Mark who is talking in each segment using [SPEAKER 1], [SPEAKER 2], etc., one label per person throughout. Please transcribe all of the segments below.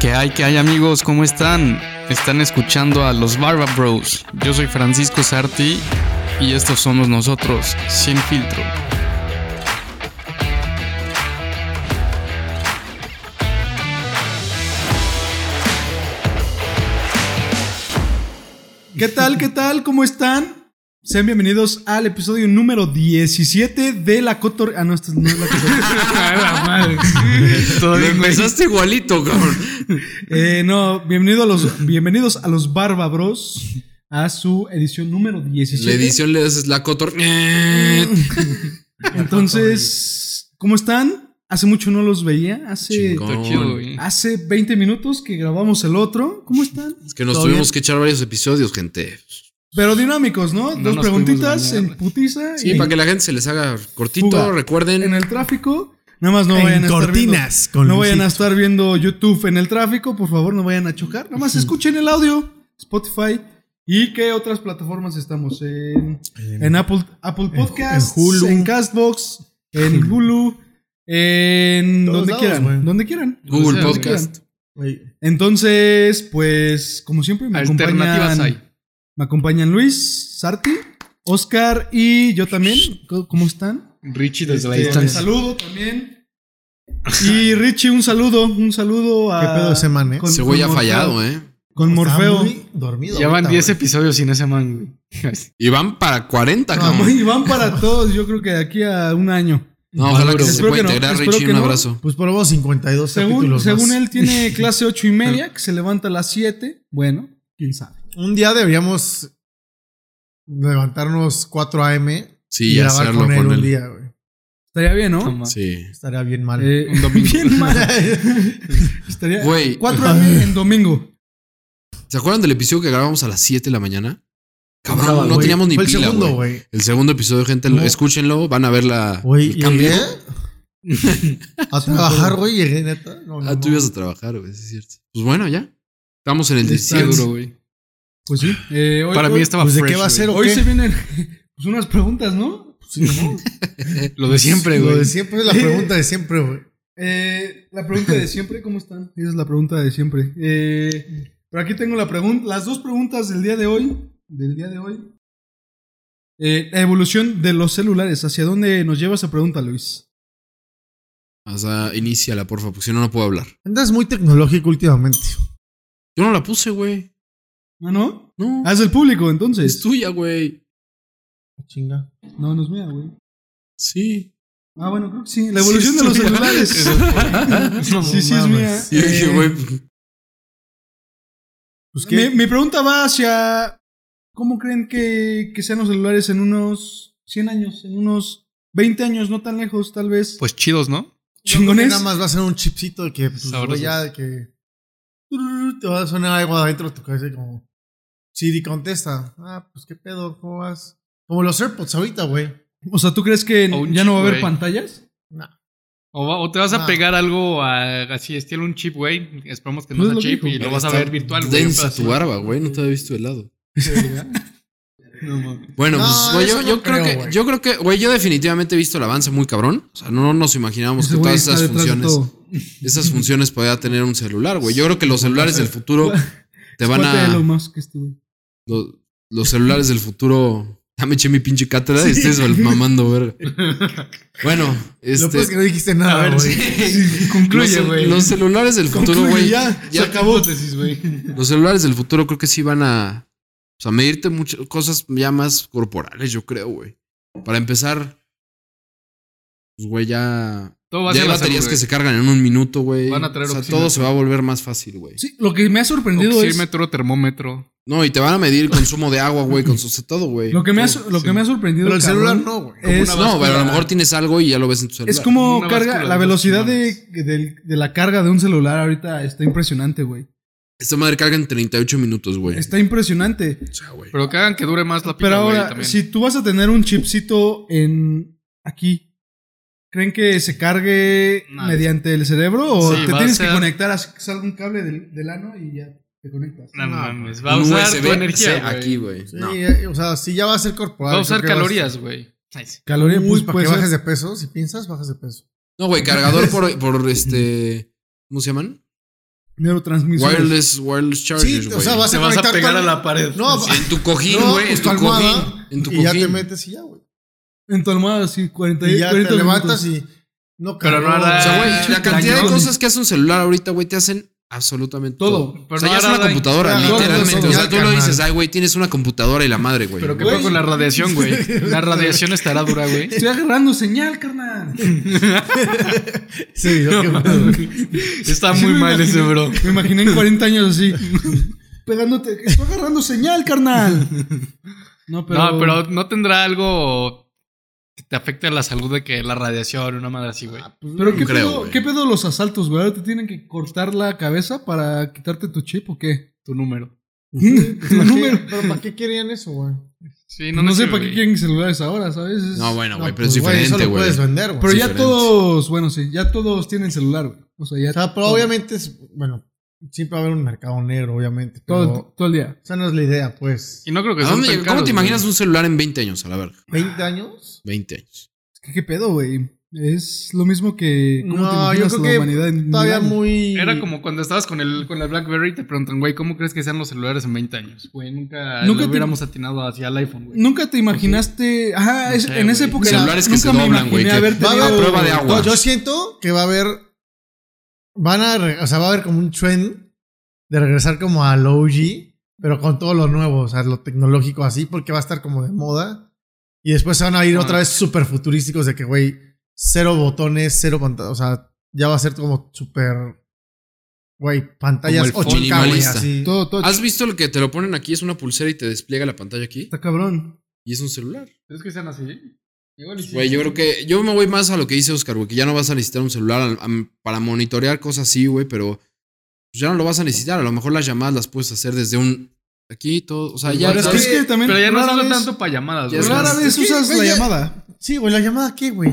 [SPEAKER 1] Que hay, que hay amigos, ¿cómo están? Están escuchando a los Barba Bros. Yo soy Francisco Sarti y estos somos nosotros, Sin Filtro.
[SPEAKER 2] ¿Qué tal? ¿Qué tal? ¿Cómo están? Sean bienvenidos al episodio número 17 de la Cotor... Ah, no, esto no es la Cotor...
[SPEAKER 1] Lo empezaste igualito, cabrón.
[SPEAKER 2] Eh, no, bienvenido a los, bienvenidos a los Barba Bros a su edición número 17.
[SPEAKER 1] La edición le haces la cotor.
[SPEAKER 2] Entonces, ¿cómo están? Hace mucho no los veía. Hace,
[SPEAKER 1] Chingón. Chido, güey.
[SPEAKER 2] hace 20 minutos que grabamos el otro. ¿Cómo están?
[SPEAKER 1] Es que nos
[SPEAKER 2] ¿Todo
[SPEAKER 1] tuvimos
[SPEAKER 2] bien?
[SPEAKER 1] que echar varios episodios, gente.
[SPEAKER 2] Pero dinámicos, ¿no? Dos
[SPEAKER 3] nos
[SPEAKER 2] preguntitas
[SPEAKER 3] pudimos bañar.
[SPEAKER 2] en putiza
[SPEAKER 1] Sí,
[SPEAKER 2] y
[SPEAKER 1] para que la gente se les haga cortito,
[SPEAKER 2] Fuga.
[SPEAKER 1] recuerden.
[SPEAKER 2] en el tráfico. Nada más no
[SPEAKER 4] En
[SPEAKER 2] vayan a estar
[SPEAKER 4] cortinas,
[SPEAKER 2] viendo,
[SPEAKER 4] con
[SPEAKER 2] No vayan a
[SPEAKER 4] Luisito.
[SPEAKER 2] estar viendo YouTube en el tráfico, por favor, no vayan a chocar. Nada más escuchen el audio, Spotify. ¿Y qué otras plataformas estamos? En, en Apple, Apple Podcasts, en,
[SPEAKER 4] Hulu.
[SPEAKER 2] Castbox, en Hulu, en
[SPEAKER 4] Todos
[SPEAKER 2] donde
[SPEAKER 4] lados,
[SPEAKER 2] quieran,
[SPEAKER 4] güey.
[SPEAKER 2] donde quieran.
[SPEAKER 1] Google
[SPEAKER 3] O sea,
[SPEAKER 1] Podcast.
[SPEAKER 2] Entonces, pues, como siempre, me
[SPEAKER 3] Alternativas
[SPEAKER 2] acompañan,
[SPEAKER 3] hay.
[SPEAKER 2] me acompañan Luis, Sarti, Oscar y yo también. ¿Cómo- ¿Cómo están?
[SPEAKER 3] Richie desde la
[SPEAKER 2] Este, un
[SPEAKER 3] distancia.
[SPEAKER 2] saludo también. Y Richie, un saludo, un saludo a.
[SPEAKER 4] ¿Qué pedo ese man, eh?
[SPEAKER 1] Ese güey ha
[SPEAKER 2] Morfeo-
[SPEAKER 1] fallado, ¿eh?
[SPEAKER 2] Con Morfeo.
[SPEAKER 4] dormido.
[SPEAKER 3] Ya van
[SPEAKER 4] ahorita,
[SPEAKER 3] 10
[SPEAKER 4] güey.
[SPEAKER 3] episodios sin ese man, güey.
[SPEAKER 1] Y van para 40,
[SPEAKER 2] No,
[SPEAKER 1] cabrón.
[SPEAKER 2] y van para todos, yo creo que de aquí a un año.
[SPEAKER 1] No, ojalá que se
[SPEAKER 2] Espero
[SPEAKER 1] pueda
[SPEAKER 2] que no,
[SPEAKER 1] integrar,
[SPEAKER 2] espero
[SPEAKER 1] Richie.
[SPEAKER 2] que
[SPEAKER 1] Un
[SPEAKER 2] no.
[SPEAKER 1] abrazo.
[SPEAKER 4] Pues probamos 52
[SPEAKER 2] Según,
[SPEAKER 4] capítulos
[SPEAKER 2] según
[SPEAKER 4] más.
[SPEAKER 2] él tiene clase ocho y media, que se levanta a las 7. Bueno, quién sabe.
[SPEAKER 4] Un día deberíamos levantarnos 4 AM
[SPEAKER 1] Sí,
[SPEAKER 4] y grabar
[SPEAKER 1] hacerlo
[SPEAKER 4] con él,
[SPEAKER 1] con
[SPEAKER 4] un
[SPEAKER 1] él.
[SPEAKER 4] día, güey.
[SPEAKER 2] Estaría bien,
[SPEAKER 3] No
[SPEAKER 2] ¿no?
[SPEAKER 3] mames.
[SPEAKER 1] Sí.
[SPEAKER 4] Estaría bien mal.
[SPEAKER 2] Eh,
[SPEAKER 3] Un domingo.
[SPEAKER 2] bien mal. Estaría
[SPEAKER 1] Güey.
[SPEAKER 2] 4 a.m. en domingo.
[SPEAKER 1] ¿Se acuerdan del episodio que grabamos a las 7 de la mañana? Cabrón,
[SPEAKER 3] Sábado,
[SPEAKER 1] no
[SPEAKER 4] Güey,
[SPEAKER 1] teníamos ni
[SPEAKER 4] Fue
[SPEAKER 1] pila,
[SPEAKER 4] el segundo,
[SPEAKER 1] güey.
[SPEAKER 4] güey.
[SPEAKER 1] El segundo episodio, gente, lo-
[SPEAKER 4] No.
[SPEAKER 1] escúchenlo, van a ver la
[SPEAKER 4] Güey,
[SPEAKER 1] el cambio.
[SPEAKER 4] llegué a trabajar, güey. Llegué, neta. No, no,
[SPEAKER 1] Ah, tú
[SPEAKER 4] no.
[SPEAKER 1] ibas a trabajar, güey, sí es cierto. Pues bueno, ya. Estamos en el
[SPEAKER 3] Está
[SPEAKER 1] 17.
[SPEAKER 3] duro, güey.
[SPEAKER 2] Pues sí. Eh, hoy,
[SPEAKER 3] Para
[SPEAKER 2] hoy-
[SPEAKER 3] mí estaba
[SPEAKER 4] Pues, ¿de
[SPEAKER 3] fresh,
[SPEAKER 4] qué va a
[SPEAKER 3] güey.
[SPEAKER 4] ser o
[SPEAKER 2] Hoy
[SPEAKER 4] qué?
[SPEAKER 2] se vienen pues, unas preguntas, ¿no?
[SPEAKER 3] Lo de siempre,
[SPEAKER 4] Lo
[SPEAKER 3] güey.
[SPEAKER 4] de siempre es la pregunta de siempre, güey.
[SPEAKER 2] Eh, la pregunta de siempre, ¿cómo están? Esa es la pregunta de siempre. Eh, pero aquí tengo la pregunta, las dos preguntas del día de hoy. Del día de hoy. Eh, la evolución de los celulares. ¿Hacia dónde nos lleva esa pregunta, Luis?
[SPEAKER 1] O sea, iníciala, porfa, porque si no, no puedo hablar.
[SPEAKER 4] Andas muy tecnológico últimamente.
[SPEAKER 1] Yo no la puse, güey.
[SPEAKER 2] ¿Ah, no?
[SPEAKER 1] No.
[SPEAKER 2] Haz el público,
[SPEAKER 1] es
[SPEAKER 2] entonces.
[SPEAKER 1] tuya, güey.
[SPEAKER 4] Chinga.
[SPEAKER 2] No, no es mía, güey.
[SPEAKER 1] Sí.
[SPEAKER 2] Ah, bueno, creo que sí. La evolución de los celulares.
[SPEAKER 3] No,
[SPEAKER 2] sí, sí, es
[SPEAKER 4] mames.
[SPEAKER 2] mía.
[SPEAKER 1] Y yo dije,
[SPEAKER 2] Eh,
[SPEAKER 1] güey,
[SPEAKER 4] Pues qué.
[SPEAKER 2] mi, mi pregunta va hacia. ¿Cómo creen que, que sean los celulares en unos 100 años? En unos 20 años, no tan lejos, tal vez.
[SPEAKER 3] Pues chidos, ¿no?
[SPEAKER 2] chingones.
[SPEAKER 4] Nada más va a ser un chipsito que, pues,
[SPEAKER 3] Sabrosos.
[SPEAKER 4] güey, ya de que tururú, te va a sonar algo adentro de tu cabeza y como Siri contesta. Ah, pues qué pedo, ¿cómo vas? Como los AirPods ahorita, güey.
[SPEAKER 2] O sea, ¿tú crees que
[SPEAKER 3] O un
[SPEAKER 2] ya no va a
[SPEAKER 3] chip,
[SPEAKER 2] haber
[SPEAKER 3] güey.
[SPEAKER 2] pantallas?
[SPEAKER 4] No.
[SPEAKER 3] O, va- o te vas a
[SPEAKER 4] Ah.
[SPEAKER 3] pegar algo a- así, estilo un chip, güey. Esperamos que
[SPEAKER 2] Pues
[SPEAKER 3] no sea
[SPEAKER 2] lo
[SPEAKER 3] chip
[SPEAKER 2] dijo.
[SPEAKER 3] y lo vas a ver virtual, güey.
[SPEAKER 1] densa
[SPEAKER 3] Pero
[SPEAKER 1] tu barba, güey. No te había visto de lado. Bueno,
[SPEAKER 4] No,
[SPEAKER 1] pues, güey, yo,
[SPEAKER 4] eso no
[SPEAKER 1] yo creo,
[SPEAKER 4] creo,
[SPEAKER 1] que,
[SPEAKER 4] güey.
[SPEAKER 1] yo creo que, güey, yo definitivamente he visto el avance muy cabrón. O sea, no nos imaginábamos
[SPEAKER 2] Ese
[SPEAKER 1] que
[SPEAKER 2] güey
[SPEAKER 1] todas
[SPEAKER 2] está
[SPEAKER 1] esas
[SPEAKER 2] detrás de
[SPEAKER 1] funciones,
[SPEAKER 2] todo.
[SPEAKER 1] esas funciones podía tener un celular, güey. Yo creo que los celulares del futuro te van
[SPEAKER 2] Cuate de
[SPEAKER 1] a,
[SPEAKER 2] Elon Musk, este güey.
[SPEAKER 1] los, los celulares del futuro. Ya me eché mi pinche cátedra y estés mal- mamando, verga. Bueno,
[SPEAKER 4] Lo peor es
[SPEAKER 1] este.
[SPEAKER 4] que no dijiste
[SPEAKER 3] A
[SPEAKER 4] nada,
[SPEAKER 3] ver,
[SPEAKER 4] güey.
[SPEAKER 3] sí.
[SPEAKER 1] Los,
[SPEAKER 3] Concluye,
[SPEAKER 1] cel-
[SPEAKER 3] güey.
[SPEAKER 1] los celulares del futuro,
[SPEAKER 2] Concluye
[SPEAKER 1] güey.
[SPEAKER 2] ya.
[SPEAKER 1] ya-
[SPEAKER 3] Se acabó. Hipótesis, güey.
[SPEAKER 1] Los celulares del futuro creo que sí van a. O sea, medirte muchas cosas ya más corporales, yo creo, güey. Para empezar. Pues, güey, ya.
[SPEAKER 3] Todo va a
[SPEAKER 1] ya
[SPEAKER 3] ser
[SPEAKER 1] hay
[SPEAKER 3] la
[SPEAKER 1] baterías
[SPEAKER 3] salud,
[SPEAKER 1] que
[SPEAKER 3] güey.
[SPEAKER 1] se cargan en un minuto, güey.
[SPEAKER 3] Van a traer
[SPEAKER 1] O sea,
[SPEAKER 3] oxímetro.
[SPEAKER 1] todo se va a volver más fácil, güey.
[SPEAKER 2] Sí, lo que me ha sorprendido es.
[SPEAKER 3] Oxímetro, termómetro.
[SPEAKER 1] No, y te van a medir el consumo de agua, güey, con su todo, güey.
[SPEAKER 2] Lo que me ha,
[SPEAKER 3] Sí,
[SPEAKER 2] lo
[SPEAKER 3] sí.
[SPEAKER 2] que me ha sorprendido.
[SPEAKER 4] Pero eh, el
[SPEAKER 2] cabrón,
[SPEAKER 4] celular no, güey.
[SPEAKER 2] Es,
[SPEAKER 3] Como
[SPEAKER 1] No,
[SPEAKER 3] una
[SPEAKER 1] pero a
[SPEAKER 3] báscula.
[SPEAKER 1] lo mejor tienes algo y ya lo ves en tu celular.
[SPEAKER 2] es como
[SPEAKER 3] Una
[SPEAKER 2] carga.
[SPEAKER 3] báscula
[SPEAKER 2] La
[SPEAKER 3] de dos
[SPEAKER 2] velocidad de,
[SPEAKER 3] pulgadas.
[SPEAKER 2] del- de la carga de un celular ahorita está impresionante, güey.
[SPEAKER 1] Esta madre carga en 38 minutos, güey.
[SPEAKER 2] Está impresionante.
[SPEAKER 1] O sea, güey.
[SPEAKER 3] Este Pero que hagan que dure más la pila,
[SPEAKER 2] Pero
[SPEAKER 3] güey,
[SPEAKER 2] ahora,
[SPEAKER 3] también.
[SPEAKER 2] si tú vas a tener un chipcito en aquí, ¿creen que se cargue
[SPEAKER 3] Nada.
[SPEAKER 2] mediante el cerebro o
[SPEAKER 3] Sí,
[SPEAKER 2] te
[SPEAKER 3] va a
[SPEAKER 2] tienes que
[SPEAKER 3] ser-
[SPEAKER 2] conectar a que salga un cable del, del ano y ya te conectas?
[SPEAKER 3] No mames, va a
[SPEAKER 1] Un
[SPEAKER 3] usar tu
[SPEAKER 1] USB-C
[SPEAKER 3] energía, güey.
[SPEAKER 1] aquí, güey.
[SPEAKER 4] Sí,
[SPEAKER 1] No.
[SPEAKER 4] eh, O sea, si ya va a ser corporal.
[SPEAKER 3] Va a usar
[SPEAKER 4] creo que
[SPEAKER 3] calorías, güey.
[SPEAKER 4] vas-
[SPEAKER 2] Caloría,
[SPEAKER 4] Uy,
[SPEAKER 2] pues,
[SPEAKER 4] para
[SPEAKER 2] puede
[SPEAKER 4] que
[SPEAKER 2] ser.
[SPEAKER 4] bajes de peso. Si piensas, bajas de peso.
[SPEAKER 1] No, güey, cargador por, por este. ¿Cómo se llaman?
[SPEAKER 2] neurotransmisores.
[SPEAKER 1] Wireless, wireless
[SPEAKER 4] Sí,
[SPEAKER 1] chargers,
[SPEAKER 4] o
[SPEAKER 1] güey.
[SPEAKER 4] sea, vas
[SPEAKER 3] Te
[SPEAKER 4] a
[SPEAKER 3] vas a
[SPEAKER 4] conectar
[SPEAKER 3] pegar
[SPEAKER 4] tu-
[SPEAKER 3] a la pared.
[SPEAKER 4] No,
[SPEAKER 3] Así.
[SPEAKER 1] En tu cojín,
[SPEAKER 4] no,
[SPEAKER 1] güey.
[SPEAKER 4] pues
[SPEAKER 1] en tu
[SPEAKER 4] almohada,
[SPEAKER 1] cojín. En tu
[SPEAKER 4] y ya te
[SPEAKER 1] cojín.
[SPEAKER 4] metes y ya, güey.
[SPEAKER 2] En tu almohada, sí, 40
[SPEAKER 4] Y ya te
[SPEAKER 2] 40
[SPEAKER 4] levantas
[SPEAKER 2] minutos.
[SPEAKER 4] y no
[SPEAKER 3] Pero no
[SPEAKER 4] cargó.
[SPEAKER 3] hará-
[SPEAKER 1] O sea, güey,
[SPEAKER 3] Ah,
[SPEAKER 1] la cantidad de
[SPEAKER 3] cañón.
[SPEAKER 1] cosas que hace un celular ahorita, güey, te hacen absolutamente todo.
[SPEAKER 2] Todo.
[SPEAKER 1] o
[SPEAKER 3] Pero
[SPEAKER 1] sea,
[SPEAKER 3] no
[SPEAKER 1] ya es
[SPEAKER 3] hará
[SPEAKER 1] una
[SPEAKER 3] daño.
[SPEAKER 1] computadora,
[SPEAKER 4] Claro,
[SPEAKER 1] literalmente.
[SPEAKER 4] todo
[SPEAKER 1] o
[SPEAKER 4] eso
[SPEAKER 1] sea,
[SPEAKER 4] ya,
[SPEAKER 1] tú lo
[SPEAKER 4] carnal.
[SPEAKER 1] dices, ay, güey, tienes una computadora y la madre, güey.
[SPEAKER 3] Pero qué
[SPEAKER 4] Güey.
[SPEAKER 3] pasa con la radiación, güey. La radiación estará dura, güey.
[SPEAKER 2] Estoy agarrando señal, carnal.
[SPEAKER 4] Sí, yo qué pedo.
[SPEAKER 3] Está
[SPEAKER 2] Sí,
[SPEAKER 3] muy
[SPEAKER 2] me
[SPEAKER 3] mal ese,
[SPEAKER 2] imaginé-
[SPEAKER 3] bro.
[SPEAKER 2] Me imaginé en 40 años así. Pegándote. Estoy agarrando señal, carnal. No, pero.
[SPEAKER 3] No, pero no tendrá algo que te afecte a la salud de que la radiación, una madre así, güey.
[SPEAKER 2] Pero ¿qué,
[SPEAKER 1] Mm, creo,
[SPEAKER 2] pedo,
[SPEAKER 1] güey.
[SPEAKER 2] ¿qué pedo los asaltos, güey? ¿Ahora ¿Te tienen que cortar la cabeza para quitarte tu chip o qué?
[SPEAKER 3] Tu número.
[SPEAKER 2] Tu número.
[SPEAKER 4] Pero ¿para qué querían eso, güey?
[SPEAKER 3] Sí,
[SPEAKER 2] Pues No,
[SPEAKER 3] no,
[SPEAKER 2] sé
[SPEAKER 3] sirve,
[SPEAKER 2] para qué
[SPEAKER 3] güey.
[SPEAKER 2] quieren celulares ahora, ¿sabes? Es-
[SPEAKER 1] No, bueno, güey,
[SPEAKER 4] No,
[SPEAKER 1] pero es
[SPEAKER 4] pues, eso
[SPEAKER 1] diferente,
[SPEAKER 4] lo
[SPEAKER 1] güey.
[SPEAKER 4] puedes vender, güey.
[SPEAKER 2] Pero
[SPEAKER 1] es
[SPEAKER 2] ya
[SPEAKER 1] diferente.
[SPEAKER 2] todos, bueno, sí, ya todos tienen celular, güey. O sea, ya.
[SPEAKER 4] O sea, Ah, pero
[SPEAKER 2] todo-
[SPEAKER 4] obviamente es, bueno, siempre va a haber un mercado negro, obviamente. Pero,
[SPEAKER 2] Todo, todo el día.
[SPEAKER 4] Esa no es la idea, pues.
[SPEAKER 3] Y no creo que
[SPEAKER 1] ¿A
[SPEAKER 3] sean
[SPEAKER 1] dónde-
[SPEAKER 3] tan
[SPEAKER 1] ¿Cómo
[SPEAKER 3] caros,
[SPEAKER 1] te imaginas
[SPEAKER 3] güey.
[SPEAKER 1] un celular en 20 años? A la verga.
[SPEAKER 4] ¿20 años?
[SPEAKER 1] 20 años.
[SPEAKER 2] Es que, ¿Qué pedo, güey? Es lo mismo que. ¿Cómo te
[SPEAKER 4] No, yo
[SPEAKER 2] imaginas
[SPEAKER 4] creo
[SPEAKER 2] la
[SPEAKER 4] que
[SPEAKER 2] humanidad en mil
[SPEAKER 4] Todavía
[SPEAKER 2] años?
[SPEAKER 4] muy.
[SPEAKER 3] Era como cuando estabas con el con la BlackBerry y te preguntan, güey, ¿cómo crees que sean los celulares en 20 años? Güey, nunca,
[SPEAKER 2] Nunca
[SPEAKER 3] lo
[SPEAKER 2] te-
[SPEAKER 3] hubiéramos atinado hacia el iPhone, güey.
[SPEAKER 2] Nunca te imaginaste. Ajá,
[SPEAKER 3] No
[SPEAKER 2] es-
[SPEAKER 3] sé,
[SPEAKER 2] en esa
[SPEAKER 3] güey.
[SPEAKER 2] época.
[SPEAKER 1] Celulares que
[SPEAKER 2] nunca
[SPEAKER 1] se
[SPEAKER 2] me
[SPEAKER 1] doblan, güey,
[SPEAKER 2] imaginé
[SPEAKER 1] que-
[SPEAKER 2] haber
[SPEAKER 1] Va
[SPEAKER 4] a
[SPEAKER 2] tenido-
[SPEAKER 4] haber-
[SPEAKER 1] prueba de agua.
[SPEAKER 4] No, yo siento que va a haber. Van a. re- O sea, va a haber como un trend de regresar como al OG, pero con todo lo nuevo, o sea, lo tecnológico así, porque va a estar como de moda. Y después se van a ir
[SPEAKER 3] Ah.
[SPEAKER 4] otra vez súper futurísticos de que, güey, cero botones, cero pantalla. O sea, ya va a ser como súper. Güey, pantallas
[SPEAKER 1] Como el
[SPEAKER 4] 8K, güey,
[SPEAKER 1] minimalista.
[SPEAKER 4] así.
[SPEAKER 2] Todo, todo.
[SPEAKER 1] ¿Has visto lo que te lo ponen aquí? Es una pulsera y te despliega la pantalla aquí.
[SPEAKER 2] Está cabrón.
[SPEAKER 1] Y es un celular.
[SPEAKER 3] ¿Crees que sean así? Igual y sí.
[SPEAKER 1] Güey, yo creo que. Yo me voy más a lo que dice Oscar, güey, que ya no vas a necesitar un celular a- a- para monitorear cosas así, güey, pero pues, ya no lo vas a necesitar. A lo mejor las llamadas las puedes hacer desde un. Aquí, todo. O sea, ya.
[SPEAKER 2] Pero es
[SPEAKER 1] ya-
[SPEAKER 2] que, es que también.
[SPEAKER 3] Pero ya no
[SPEAKER 2] rara
[SPEAKER 3] solo
[SPEAKER 2] vez-
[SPEAKER 3] tanto para llamadas,
[SPEAKER 1] Ya
[SPEAKER 3] güey.
[SPEAKER 1] es
[SPEAKER 2] Rara
[SPEAKER 1] más-
[SPEAKER 2] vez
[SPEAKER 4] Es que,
[SPEAKER 2] usas la
[SPEAKER 4] güey, ya-
[SPEAKER 2] llamada.
[SPEAKER 4] Sí, güey, la llamada, ¿qué, güey?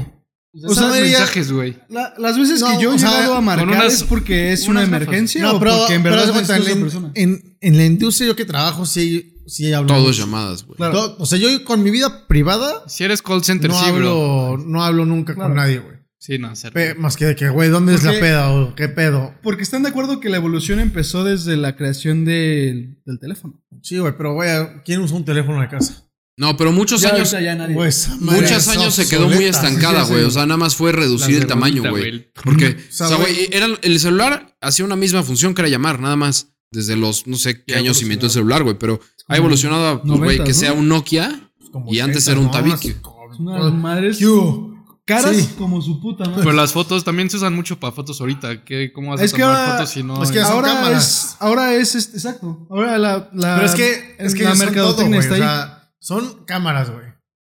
[SPEAKER 3] O sea,
[SPEAKER 4] O sea,
[SPEAKER 3] mensajes, güey.
[SPEAKER 2] La- las veces
[SPEAKER 4] No,
[SPEAKER 2] que yo
[SPEAKER 4] o
[SPEAKER 2] he
[SPEAKER 4] sea,
[SPEAKER 2] llegado a
[SPEAKER 4] con
[SPEAKER 2] marcar
[SPEAKER 3] unas-
[SPEAKER 2] es porque es una
[SPEAKER 3] unas
[SPEAKER 2] emergencia
[SPEAKER 4] No,
[SPEAKER 2] o
[SPEAKER 4] pero,
[SPEAKER 2] porque en
[SPEAKER 4] pero
[SPEAKER 2] verdad
[SPEAKER 4] haz de cuenta,
[SPEAKER 2] necesitas
[SPEAKER 4] en,
[SPEAKER 2] otra
[SPEAKER 4] la
[SPEAKER 2] persona.
[SPEAKER 4] in- en- en la industria yo que trabajo, sí, sí hablo.
[SPEAKER 1] Todo es llamadas, güey.
[SPEAKER 2] Claro.
[SPEAKER 4] Todo- o sea, yo con mi vida privada
[SPEAKER 3] Si eres call center,
[SPEAKER 4] no,
[SPEAKER 3] sí, bro.
[SPEAKER 4] hablo, no hablo nunca
[SPEAKER 2] Claro.
[SPEAKER 4] con nadie, güey.
[SPEAKER 3] Sí, no, cierto.
[SPEAKER 4] Pe- Más que de que, güey, ¿dónde es la
[SPEAKER 2] Porque-
[SPEAKER 4] peda o qué pedo?
[SPEAKER 2] Porque están de acuerdo que la evolución empezó desde la creación del, del teléfono.
[SPEAKER 4] Sí, güey, pero güey, ¿quién usa un teléfono en la casa?
[SPEAKER 1] No, pero muchos
[SPEAKER 2] Ya
[SPEAKER 1] años.
[SPEAKER 2] ahorita ya nadie.
[SPEAKER 4] Güey, esa madre
[SPEAKER 1] Muchos
[SPEAKER 4] es
[SPEAKER 1] años se quedó muy
[SPEAKER 4] obsoleta.
[SPEAKER 1] estancada,
[SPEAKER 4] Sí, sí,
[SPEAKER 1] güey.
[SPEAKER 4] sí.
[SPEAKER 1] O sea, nada más fue
[SPEAKER 3] La
[SPEAKER 1] reducir el tamaño,
[SPEAKER 3] cerradita,
[SPEAKER 1] güey. Porque, o sea,
[SPEAKER 4] sea,
[SPEAKER 1] güey, era el celular hacía una misma función que era llamar, nada más. Desde los, no sé qué
[SPEAKER 3] Ya
[SPEAKER 1] años inventó el
[SPEAKER 3] evolucionó.
[SPEAKER 1] celular, güey. Pero ha evolucionado, a, pues, güey,
[SPEAKER 2] 90s,
[SPEAKER 1] que
[SPEAKER 2] ¿no?
[SPEAKER 1] sea un Nokia.
[SPEAKER 4] Como
[SPEAKER 1] Y antes era un tabique.
[SPEAKER 4] Pues,
[SPEAKER 2] Unas madres
[SPEAKER 4] ¿Qué hubo?
[SPEAKER 2] caras
[SPEAKER 4] Sí.
[SPEAKER 2] como su puta madre.
[SPEAKER 3] Pero las fotos también se usan mucho para fotos ahorita. ¿Qué, ¿Cómo vas a
[SPEAKER 2] Es que
[SPEAKER 3] tomar
[SPEAKER 2] ahora-
[SPEAKER 3] fotos si no?
[SPEAKER 4] es que
[SPEAKER 3] hay-
[SPEAKER 4] son
[SPEAKER 2] ahora
[SPEAKER 4] cámaras.
[SPEAKER 2] es, ahora es este, exacto. Ahora la, la
[SPEAKER 4] Pero es que, es que
[SPEAKER 2] la
[SPEAKER 4] son todo, güey,
[SPEAKER 2] mercadotecnia está
[SPEAKER 4] o
[SPEAKER 2] ahí.
[SPEAKER 4] sea, son cámaras, güey.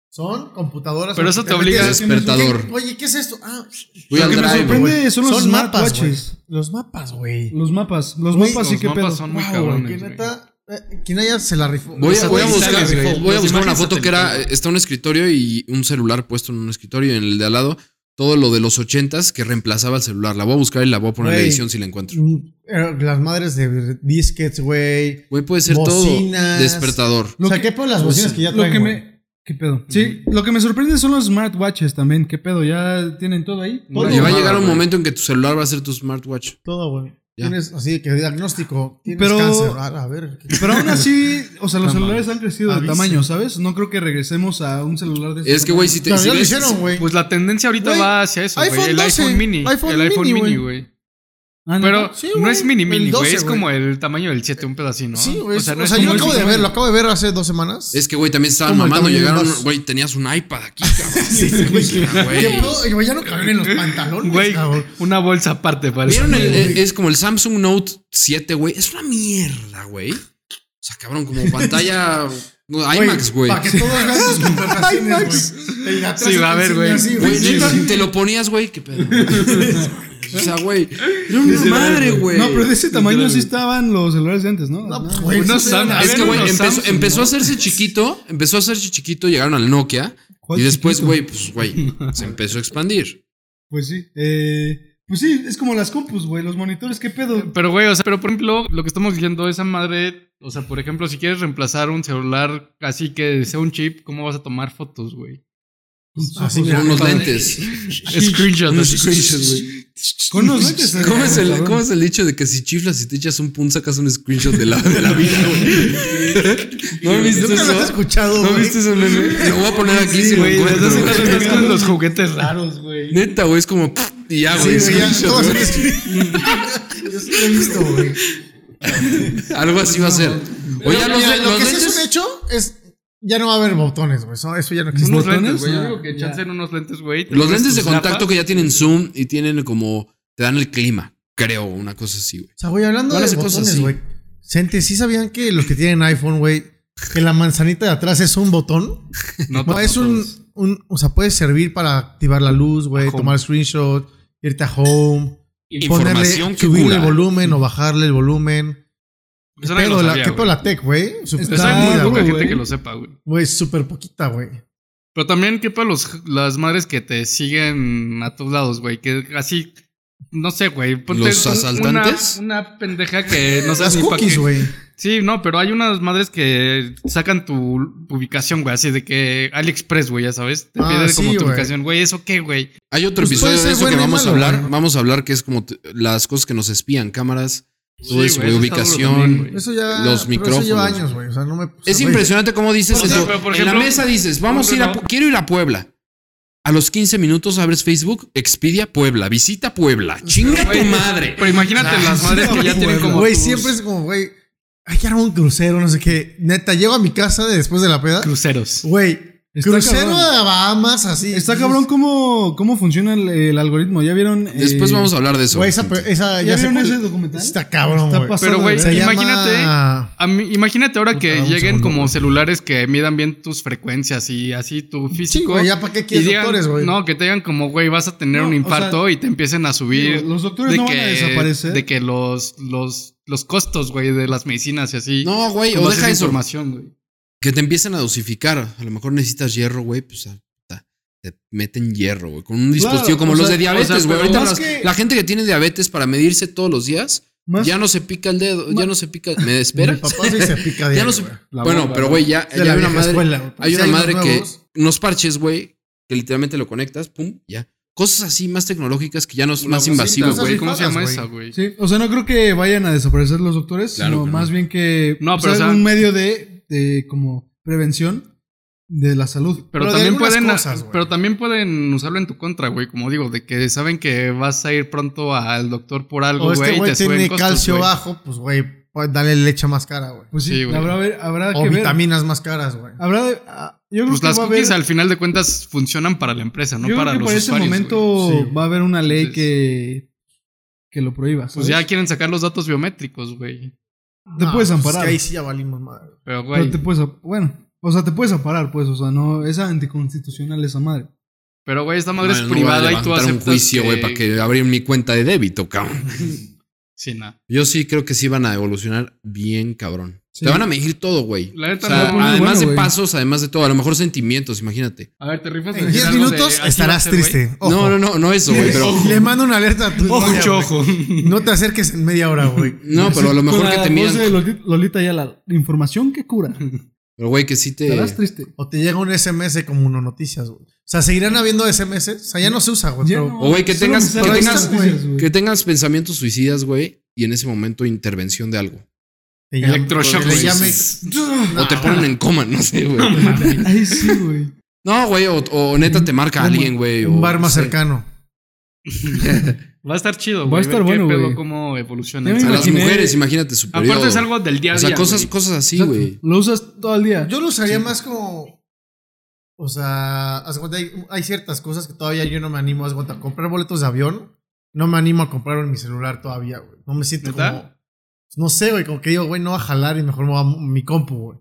[SPEAKER 4] Son computadoras.
[SPEAKER 3] Pero eso
[SPEAKER 4] que
[SPEAKER 3] te obliga-
[SPEAKER 4] metes-
[SPEAKER 1] Despertador.
[SPEAKER 4] ¿Qué- Oye, ¿qué es esto? Ah,
[SPEAKER 1] Voy
[SPEAKER 3] Lo
[SPEAKER 1] al
[SPEAKER 3] que me
[SPEAKER 1] drive,
[SPEAKER 2] sorprende
[SPEAKER 1] güey.
[SPEAKER 2] Son los
[SPEAKER 4] mapas, güey.
[SPEAKER 2] smartwatches.
[SPEAKER 4] Los mapas, güey.
[SPEAKER 2] Los mapas, los
[SPEAKER 4] Güey,
[SPEAKER 2] mapas
[SPEAKER 3] los
[SPEAKER 2] sí que
[SPEAKER 3] mapas
[SPEAKER 2] pedo.
[SPEAKER 3] son muy
[SPEAKER 4] Wow,
[SPEAKER 3] cabrones,
[SPEAKER 4] güey, que
[SPEAKER 3] güey.
[SPEAKER 4] neta, eh, quien haya se la rifó.
[SPEAKER 1] Voy a,
[SPEAKER 3] Los
[SPEAKER 1] voy a
[SPEAKER 3] satelitales,
[SPEAKER 1] buscar,
[SPEAKER 3] güey.
[SPEAKER 1] voy a
[SPEAKER 3] Las
[SPEAKER 1] buscar una
[SPEAKER 3] imágenes
[SPEAKER 1] foto que era,
[SPEAKER 3] satelitales.
[SPEAKER 1] está un escritorio y un celular puesto en un escritorio y en el de al lado todo lo de los ochentas que reemplazaba el celular. La voy a buscar y la voy a poner en la
[SPEAKER 4] Güey.
[SPEAKER 1] edición si la encuentro.
[SPEAKER 4] Mm, eh, Las madres de disquets, güey.
[SPEAKER 1] Güey, puede ser todo
[SPEAKER 4] Bocinas.
[SPEAKER 1] despertador.
[SPEAKER 4] O sea, ¿qué por las bocinas Pues que ya
[SPEAKER 2] lo
[SPEAKER 4] traen,
[SPEAKER 2] que
[SPEAKER 4] güey?
[SPEAKER 2] me ¿Qué pedo? Sí, lo que me sorprende son los smartwatches también. ¿Qué pedo? Ya tienen todo ahí.
[SPEAKER 3] Una
[SPEAKER 1] Y va a
[SPEAKER 3] llamada,
[SPEAKER 1] llegar un
[SPEAKER 3] güey.
[SPEAKER 1] momento en que tu celular va a ser tu smartwatch.
[SPEAKER 4] Todo, güey.
[SPEAKER 1] Ya.
[SPEAKER 4] Tienes así que diagnóstico. Tienes
[SPEAKER 2] Pero-
[SPEAKER 4] cáncer. A, a ver. ¿qué-
[SPEAKER 2] Pero aún así, o sea, los
[SPEAKER 3] No
[SPEAKER 2] celulares han crecido de
[SPEAKER 4] Avisen.
[SPEAKER 2] tamaño, ¿sabes? No creo que regresemos a un celular de
[SPEAKER 1] Es que, güey, si te.
[SPEAKER 4] Pero
[SPEAKER 1] si
[SPEAKER 4] ya lo
[SPEAKER 1] ves-
[SPEAKER 4] hicieron, güey.
[SPEAKER 3] Pues la tendencia ahorita
[SPEAKER 4] Güey,
[SPEAKER 3] va hacia eso,
[SPEAKER 4] iPhone
[SPEAKER 3] güey. El
[SPEAKER 4] 12,
[SPEAKER 3] iPhone mini.
[SPEAKER 4] iPhone
[SPEAKER 3] el iPhone
[SPEAKER 4] mini,
[SPEAKER 3] mini,
[SPEAKER 4] güey.
[SPEAKER 3] güey.
[SPEAKER 2] Ah,
[SPEAKER 3] Pero
[SPEAKER 4] Sí,
[SPEAKER 3] no
[SPEAKER 4] güey,
[SPEAKER 3] es mini
[SPEAKER 4] el
[SPEAKER 3] mini, güey.
[SPEAKER 4] 12,
[SPEAKER 3] Es como el tamaño del 7, un pedacito, ¿no?
[SPEAKER 4] Sí, güey. O sea,
[SPEAKER 3] no es
[SPEAKER 4] yo
[SPEAKER 3] como
[SPEAKER 4] lo
[SPEAKER 3] el
[SPEAKER 4] acabo de
[SPEAKER 3] mini.
[SPEAKER 4] ver. Lo acabo de ver hace dos semanas.
[SPEAKER 1] Es que, güey, también estaban
[SPEAKER 4] Como el
[SPEAKER 1] mamando.
[SPEAKER 4] tamaño de un
[SPEAKER 1] Llegaron,
[SPEAKER 4] vaso.
[SPEAKER 1] güey, tenías un iPad aquí, cabrón. güey.
[SPEAKER 4] ¿Qué pedo? Güey, ya no caben en los pantalones,
[SPEAKER 3] Güey,
[SPEAKER 4] cabrón.
[SPEAKER 3] una bolsa aparte parece.
[SPEAKER 1] ¿Vieron? el- el- es como el Samsung Note 7, güey. Es una mierda, güey. O sea, cabrón, como pantalla no, IMAX, güey.
[SPEAKER 4] Para que todos vean sus contrataciones, güey. Y de atrás
[SPEAKER 3] Sí, va a
[SPEAKER 4] te
[SPEAKER 3] ver, güey.
[SPEAKER 4] enseña así,
[SPEAKER 1] Güey,
[SPEAKER 4] Sí,
[SPEAKER 1] neta,
[SPEAKER 4] sí.
[SPEAKER 1] te lo ponías, güey. Qué pedo. O sea, güey. Era una
[SPEAKER 3] Literal,
[SPEAKER 1] madre,
[SPEAKER 3] güey.
[SPEAKER 1] güey.
[SPEAKER 2] No, pero de ese tamaño
[SPEAKER 3] Literal,
[SPEAKER 2] sí
[SPEAKER 3] güey.
[SPEAKER 2] estaban los celulares de antes, ¿no? Ah,
[SPEAKER 4] No,
[SPEAKER 2] Ajá.
[SPEAKER 4] pues, güey,
[SPEAKER 3] Unos
[SPEAKER 4] sí se ven
[SPEAKER 3] Samsung.
[SPEAKER 4] así,
[SPEAKER 1] Es que,
[SPEAKER 3] Habían
[SPEAKER 1] güey,
[SPEAKER 3] unos
[SPEAKER 1] empezó,
[SPEAKER 3] Samsung,
[SPEAKER 1] empezó
[SPEAKER 3] ¿no?
[SPEAKER 1] a hacerse chiquito, empezó a hacerse chiquito, llegaron al Nokia
[SPEAKER 2] ¿Cuál
[SPEAKER 1] y después,
[SPEAKER 2] chiquito?
[SPEAKER 1] güey, pues, güey, se empezó a expandir.
[SPEAKER 2] Pues sí. Eh, pues sí, es como las compus, güey. Los monitores, ¿qué pedo?
[SPEAKER 3] Pero, güey, o sea, pero por ejemplo, lo que estamos diciendo, esa madre, o sea, por ejemplo, si quieres reemplazar un celular así que sea un chip, ¿cómo vas a tomar fotos, güey?
[SPEAKER 2] Con sus
[SPEAKER 4] Así,
[SPEAKER 2] ojos.
[SPEAKER 4] mira.
[SPEAKER 1] Con unos lentes.
[SPEAKER 3] Screenshots.
[SPEAKER 1] Unos
[SPEAKER 3] así.
[SPEAKER 1] screenshots, güey.
[SPEAKER 2] Con unos lentes.
[SPEAKER 1] ¿Cómo es, el,
[SPEAKER 2] cabrón.
[SPEAKER 1] ¿Cómo es el dicho de que si chiflas y te echas un pun sacas un screenshot de la, de la vida, güey? ¿No han visto
[SPEAKER 4] Nunca lo has
[SPEAKER 1] eso?
[SPEAKER 4] escuchado,
[SPEAKER 1] ¿No
[SPEAKER 4] güey.
[SPEAKER 1] han visto eso, meme? Lo voy a poner aquí si lo
[SPEAKER 3] Güey,
[SPEAKER 1] encuentro,
[SPEAKER 3] desde hace
[SPEAKER 1] güey.
[SPEAKER 3] rato estás con los juguetes raros.
[SPEAKER 4] Raros, güey.
[SPEAKER 1] Neta, güey, es como... pff, Y ya,
[SPEAKER 4] Sí,
[SPEAKER 1] güey.
[SPEAKER 4] güey, ya,
[SPEAKER 1] screenshot,
[SPEAKER 4] todo
[SPEAKER 1] güey.
[SPEAKER 4] así. Yo sí lo he visto, güey.
[SPEAKER 1] Algo así va a ser. O ya los,
[SPEAKER 4] Mira, Lo
[SPEAKER 1] los
[SPEAKER 4] que sí
[SPEAKER 1] lentes...
[SPEAKER 4] es un hecho es... Ya no va a haber botones, güey. Eso, eso ya no existe.
[SPEAKER 3] Unos
[SPEAKER 2] botones?
[SPEAKER 3] lentes, güey. Yo
[SPEAKER 2] Ah,
[SPEAKER 3] digo que chance en unos lentes, güey. te
[SPEAKER 1] Los
[SPEAKER 3] pones
[SPEAKER 1] lentes de
[SPEAKER 3] tus
[SPEAKER 1] contacto
[SPEAKER 3] gafas.
[SPEAKER 1] que ya tienen zoom y tienen como... Te dan el clima, creo, una cosa así, güey.
[SPEAKER 4] O sea, güey, hablando
[SPEAKER 1] Van a
[SPEAKER 4] de
[SPEAKER 1] hacer cosas
[SPEAKER 4] botones,
[SPEAKER 1] así.
[SPEAKER 4] güey. Gente, ¿sí sabían que los que tienen iPhone, güey, que la manzanita de atrás es un botón?
[SPEAKER 3] No,
[SPEAKER 4] Bueno, es un,
[SPEAKER 3] todos.
[SPEAKER 4] un- O sea, puede servir para activar la luz, güey,
[SPEAKER 3] A home.
[SPEAKER 4] tomar screenshot, irte a home,
[SPEAKER 1] Información que
[SPEAKER 4] subirle
[SPEAKER 1] cura.
[SPEAKER 4] el volumen o bajarle el volumen. ¿Qué
[SPEAKER 3] Eso nadie lo
[SPEAKER 4] pedo la,
[SPEAKER 3] sabía,
[SPEAKER 4] qué
[SPEAKER 3] güey.
[SPEAKER 4] pedo la tech, güey? Súper
[SPEAKER 2] Está
[SPEAKER 3] Está muy
[SPEAKER 4] chida,
[SPEAKER 3] poca
[SPEAKER 4] güey.
[SPEAKER 3] gente
[SPEAKER 2] güey.
[SPEAKER 3] que lo sepa, güey.
[SPEAKER 4] Güey, súper poquita, güey.
[SPEAKER 3] Pero también qué para los, las madres que te siguen a todos lados, güey. Que así, no sé, güey. ponte
[SPEAKER 1] ¿Los
[SPEAKER 3] un-
[SPEAKER 1] asaltantes?
[SPEAKER 3] Una, una pendeja que no
[SPEAKER 4] Las
[SPEAKER 3] sabes ni pa'
[SPEAKER 4] cookies,
[SPEAKER 3] qué.
[SPEAKER 4] güey.
[SPEAKER 3] Sí, no, pero hay unas madres que sacan tu ubicación, güey. Así de que AliExpress, güey, ya sabes. Te
[SPEAKER 4] Ah,
[SPEAKER 3] piden
[SPEAKER 4] sí,
[SPEAKER 3] como tu
[SPEAKER 4] güey.
[SPEAKER 3] ubicación, güey. ¿Eso qué, güey?
[SPEAKER 1] Hay otro
[SPEAKER 4] Pues
[SPEAKER 1] episodio
[SPEAKER 4] puede
[SPEAKER 1] de
[SPEAKER 4] ser
[SPEAKER 1] eso que
[SPEAKER 4] bueno y
[SPEAKER 1] vamos a
[SPEAKER 4] malo,
[SPEAKER 1] hablar.
[SPEAKER 4] güey.
[SPEAKER 1] Vamos a hablar que es como t- las cosas que nos espían, cámaras, todo
[SPEAKER 3] Sí,
[SPEAKER 1] eso, güey,
[SPEAKER 3] güey, eso está duro
[SPEAKER 1] ubicación.
[SPEAKER 3] también, güey.
[SPEAKER 4] Eso ya.
[SPEAKER 1] Los
[SPEAKER 4] pero Eso lleva
[SPEAKER 1] micrófonos,
[SPEAKER 4] años, güey. O sea, no me. o sea,
[SPEAKER 1] Es
[SPEAKER 4] güey,
[SPEAKER 1] impresionante cómo dices
[SPEAKER 3] Por
[SPEAKER 1] eso.
[SPEAKER 3] ejemplo, por
[SPEAKER 1] en la
[SPEAKER 3] ejemplo,
[SPEAKER 1] mesa dices, vamos a ir a,
[SPEAKER 3] Puebla, ¿no?
[SPEAKER 1] quiero ir a Puebla. A los 15 minutos abres Facebook, Expedia Puebla, visita Puebla, chinga
[SPEAKER 3] Güey,
[SPEAKER 1] tu madre.
[SPEAKER 3] Pero imagínate las madres que ya tienen como.
[SPEAKER 4] Güey,
[SPEAKER 3] tus
[SPEAKER 4] siempre es como, güey. Hay que armar un crucero, no sé qué. Neta, llego a mi casa de- después de la peda.
[SPEAKER 3] Cruceros.
[SPEAKER 4] Güey,
[SPEAKER 2] Está
[SPEAKER 4] crucero
[SPEAKER 2] cabrón.
[SPEAKER 4] a Bahamas, así.
[SPEAKER 2] Está cabrón cómo, cómo funciona el, el algoritmo. ¿Ya vieron? eh,
[SPEAKER 1] Después vamos a hablar de eso.
[SPEAKER 4] Güey, esa.
[SPEAKER 1] gente.
[SPEAKER 4] esa
[SPEAKER 2] ¿Ya,
[SPEAKER 4] ya sé
[SPEAKER 2] vieron
[SPEAKER 4] cuál-
[SPEAKER 2] ese documental?
[SPEAKER 4] Está cabrón,
[SPEAKER 2] Está
[SPEAKER 4] güey.
[SPEAKER 2] pasado
[SPEAKER 3] Pero,
[SPEAKER 2] de
[SPEAKER 3] güey,
[SPEAKER 2] verga.
[SPEAKER 4] Se llama-
[SPEAKER 3] imagínate- A mí- imagínate ahora
[SPEAKER 4] Puta,
[SPEAKER 3] que
[SPEAKER 4] dame un
[SPEAKER 3] lleguen
[SPEAKER 4] segundo,
[SPEAKER 3] como
[SPEAKER 4] güey.
[SPEAKER 3] celulares que midan bien tus frecuencias y así tu físico.
[SPEAKER 4] Sí, güey, ya para qué
[SPEAKER 3] Y
[SPEAKER 4] quieres
[SPEAKER 3] digan-
[SPEAKER 4] doctores, güey.
[SPEAKER 3] No, que te digan como, güey, vas a tener
[SPEAKER 2] No,
[SPEAKER 3] un
[SPEAKER 2] o
[SPEAKER 3] infarto y te empiecen a subir.
[SPEAKER 2] Digo, los doctores no van a desaparecer.
[SPEAKER 3] De que los, los, los costos, güey, de las medicinas y así.
[SPEAKER 1] No, güey,
[SPEAKER 3] Con
[SPEAKER 1] o
[SPEAKER 3] base
[SPEAKER 1] deja
[SPEAKER 3] en
[SPEAKER 1] eso.
[SPEAKER 3] información, güey.
[SPEAKER 1] Que te empiecen a dosificar. A lo mejor necesitas hierro, güey, pues ah, ta- te meten hierro, güey. Con un dispositivo como
[SPEAKER 2] o
[SPEAKER 1] los
[SPEAKER 2] sea,
[SPEAKER 1] de diabetes,
[SPEAKER 3] o sea,
[SPEAKER 1] güey.
[SPEAKER 3] pero
[SPEAKER 1] Ahorita
[SPEAKER 2] más
[SPEAKER 1] las-
[SPEAKER 2] que-
[SPEAKER 1] la gente que tiene diabetes para medirse todos los días,
[SPEAKER 2] Más-
[SPEAKER 1] ya no se pica el dedo, ya
[SPEAKER 2] más-
[SPEAKER 1] no se pica. ¿Me
[SPEAKER 4] Mi
[SPEAKER 1] esperas?
[SPEAKER 4] papá sí se pica
[SPEAKER 1] Ya
[SPEAKER 4] diario,
[SPEAKER 1] no se-
[SPEAKER 4] güey.
[SPEAKER 3] La
[SPEAKER 1] bueno,
[SPEAKER 3] bomba,
[SPEAKER 1] pero
[SPEAKER 3] ¿no?
[SPEAKER 1] güey, ya,
[SPEAKER 4] Es de
[SPEAKER 1] ya
[SPEAKER 4] la
[SPEAKER 1] hay una
[SPEAKER 4] vieja
[SPEAKER 1] madre.
[SPEAKER 4] escuela, güey.
[SPEAKER 1] Hay
[SPEAKER 4] Sí,
[SPEAKER 1] una
[SPEAKER 4] unos
[SPEAKER 1] madre que
[SPEAKER 4] nuevos.
[SPEAKER 1] unos parches, güey, que literalmente lo conectas, pum, ya. Cosas así más tecnológicas que ya no es
[SPEAKER 3] Una
[SPEAKER 1] más
[SPEAKER 3] cosita,
[SPEAKER 1] invasivas, güey.
[SPEAKER 3] güey. ¿Cómo se llama
[SPEAKER 4] güey.
[SPEAKER 3] esa, güey?
[SPEAKER 2] Sí, o sea, no creo que vayan a desaparecer los doctores,
[SPEAKER 1] Claro
[SPEAKER 2] sino
[SPEAKER 1] que no.
[SPEAKER 2] más bien que
[SPEAKER 3] No,
[SPEAKER 2] o
[SPEAKER 3] pero,
[SPEAKER 2] sea,
[SPEAKER 3] o sea-
[SPEAKER 2] un medio de, de como prevención de la salud.
[SPEAKER 3] Pero,
[SPEAKER 4] Pero de
[SPEAKER 3] también
[SPEAKER 4] algunas
[SPEAKER 3] pueden,
[SPEAKER 4] cosas, güey.
[SPEAKER 3] pero también pueden usarlo en tu contra, güey. Como digo, de que saben que vas a ir pronto al doctor por algo,
[SPEAKER 4] O
[SPEAKER 3] güey.
[SPEAKER 4] este
[SPEAKER 3] y
[SPEAKER 4] güey
[SPEAKER 3] te suben
[SPEAKER 4] tiene
[SPEAKER 3] costos,
[SPEAKER 4] calcio
[SPEAKER 3] güey.
[SPEAKER 4] bajo, pues, güey, pues, dale leche más cara, güey.
[SPEAKER 2] Pues sí,
[SPEAKER 3] Sí, güey.
[SPEAKER 2] habrá, ver- habrá
[SPEAKER 4] O
[SPEAKER 2] que ver.
[SPEAKER 4] vitaminas más caras, güey.
[SPEAKER 2] Habrá de- ah, yo creo
[SPEAKER 3] Pues
[SPEAKER 2] que
[SPEAKER 3] las
[SPEAKER 2] va a haber,
[SPEAKER 3] cookies al final de cuentas funcionan para la empresa, no
[SPEAKER 2] yo creo
[SPEAKER 3] para
[SPEAKER 2] que
[SPEAKER 3] los
[SPEAKER 2] para ese
[SPEAKER 3] usuarios, güey.
[SPEAKER 2] momento
[SPEAKER 4] güey. Sí, güey.
[SPEAKER 2] va a haber una ley
[SPEAKER 3] Entonces-
[SPEAKER 2] que, que lo prohíba.
[SPEAKER 3] Pues
[SPEAKER 2] ¿sabes?
[SPEAKER 3] ya quieren sacar los datos biométricos, güey.
[SPEAKER 2] te
[SPEAKER 4] No,
[SPEAKER 2] puedes
[SPEAKER 4] pues,
[SPEAKER 2] amparar.
[SPEAKER 4] es que ahí sí ya valimos madre.
[SPEAKER 3] Pero, güey.
[SPEAKER 2] pero te puedes, ap- bueno, o sea, te puedes amparar, pues, o sea, no es anticonstitucional esa madre.
[SPEAKER 3] Pero, güey, esta madre
[SPEAKER 1] No,
[SPEAKER 3] es
[SPEAKER 1] no voy a
[SPEAKER 3] privada y tú
[SPEAKER 1] levantar
[SPEAKER 3] aceptas
[SPEAKER 1] un juicio, güey,
[SPEAKER 3] que...
[SPEAKER 1] para que abrir mi cuenta de débito, cabrón.
[SPEAKER 3] Sí, nada.
[SPEAKER 1] Yo sí creo que sí van a evolucionar bien, cabrón.
[SPEAKER 2] Sí.
[SPEAKER 1] Te van a medir todo, güey.
[SPEAKER 3] La neta
[SPEAKER 1] O sea, ah,
[SPEAKER 3] no, güey.
[SPEAKER 1] además
[SPEAKER 2] bueno,
[SPEAKER 1] de
[SPEAKER 2] güey.
[SPEAKER 1] pasos, además de todo, a lo mejor sentimientos, imagínate.
[SPEAKER 3] A ver, te rifas.
[SPEAKER 4] En
[SPEAKER 3] decir
[SPEAKER 4] 10
[SPEAKER 3] algo de,
[SPEAKER 4] minutos
[SPEAKER 3] "Así va a
[SPEAKER 4] estarás
[SPEAKER 3] ser, güey".
[SPEAKER 4] triste. Ojo.
[SPEAKER 1] No, no, no, no eso, güey, pero
[SPEAKER 4] Le mando una alerta a tu
[SPEAKER 3] Ojo,
[SPEAKER 4] novia,
[SPEAKER 3] mucho
[SPEAKER 4] güey.
[SPEAKER 3] ojo.
[SPEAKER 4] No te acerques en media hora, güey.
[SPEAKER 1] no, pero a lo mejor
[SPEAKER 2] Con
[SPEAKER 1] que
[SPEAKER 2] la
[SPEAKER 1] te
[SPEAKER 2] voz
[SPEAKER 1] midan,
[SPEAKER 2] de Loli- Lolita ya la información que cura.
[SPEAKER 1] pero güey, que sí te
[SPEAKER 2] Estarás triste.
[SPEAKER 4] O te llega un SMS como uno noticias, güey. O sea, seguirán habiendo SMS. O sea, ya no se usa, güey.
[SPEAKER 2] Ya
[SPEAKER 4] pero-
[SPEAKER 2] no,
[SPEAKER 1] O, güey, que
[SPEAKER 2] solo
[SPEAKER 1] tengas-
[SPEAKER 2] me salen
[SPEAKER 1] que
[SPEAKER 2] las
[SPEAKER 1] tengas-
[SPEAKER 2] noticias, güey.
[SPEAKER 1] que tengas pensamientos suicidas, güey, y en ese momento intervención de algo.
[SPEAKER 4] Te llama-
[SPEAKER 3] Electroshock,
[SPEAKER 2] pues,
[SPEAKER 4] le
[SPEAKER 3] güey.
[SPEAKER 4] llame-
[SPEAKER 1] O te ponen en coma, no sé, güey.
[SPEAKER 2] Ay, Ah, sí, güey.
[SPEAKER 1] No, güey, o, o neta te marca alguien, güey.
[SPEAKER 4] un
[SPEAKER 1] o-
[SPEAKER 4] bar más
[SPEAKER 1] sí.
[SPEAKER 4] cercano.
[SPEAKER 3] Va a estar chido,
[SPEAKER 2] Va a
[SPEAKER 3] güey.
[SPEAKER 2] estar
[SPEAKER 3] ver
[SPEAKER 2] bueno,
[SPEAKER 3] qué pedo,
[SPEAKER 2] güey.
[SPEAKER 3] cómo evoluciona.
[SPEAKER 2] Ya me
[SPEAKER 1] A las
[SPEAKER 2] imaginé-
[SPEAKER 1] mujeres, imagínate su periodo.
[SPEAKER 3] Aparte es algo del día a
[SPEAKER 1] O
[SPEAKER 3] día,
[SPEAKER 1] sea, cosas,
[SPEAKER 3] güey.
[SPEAKER 1] cosas así,
[SPEAKER 2] Exacto.
[SPEAKER 1] güey.
[SPEAKER 2] Lo usas todo el día.
[SPEAKER 4] Yo lo usaría más como. O sea, haz de cuenta, hay, hay ciertas cosas que todavía yo no me animo. haz de cuenta, comprar boletos de avión, no me animo a comprar en mi celular todavía, güey. No me siento
[SPEAKER 3] ¿Neta?
[SPEAKER 4] como. No sé, güey, como que digo, güey, no va a jalar y mejor me va a mi compu, güey.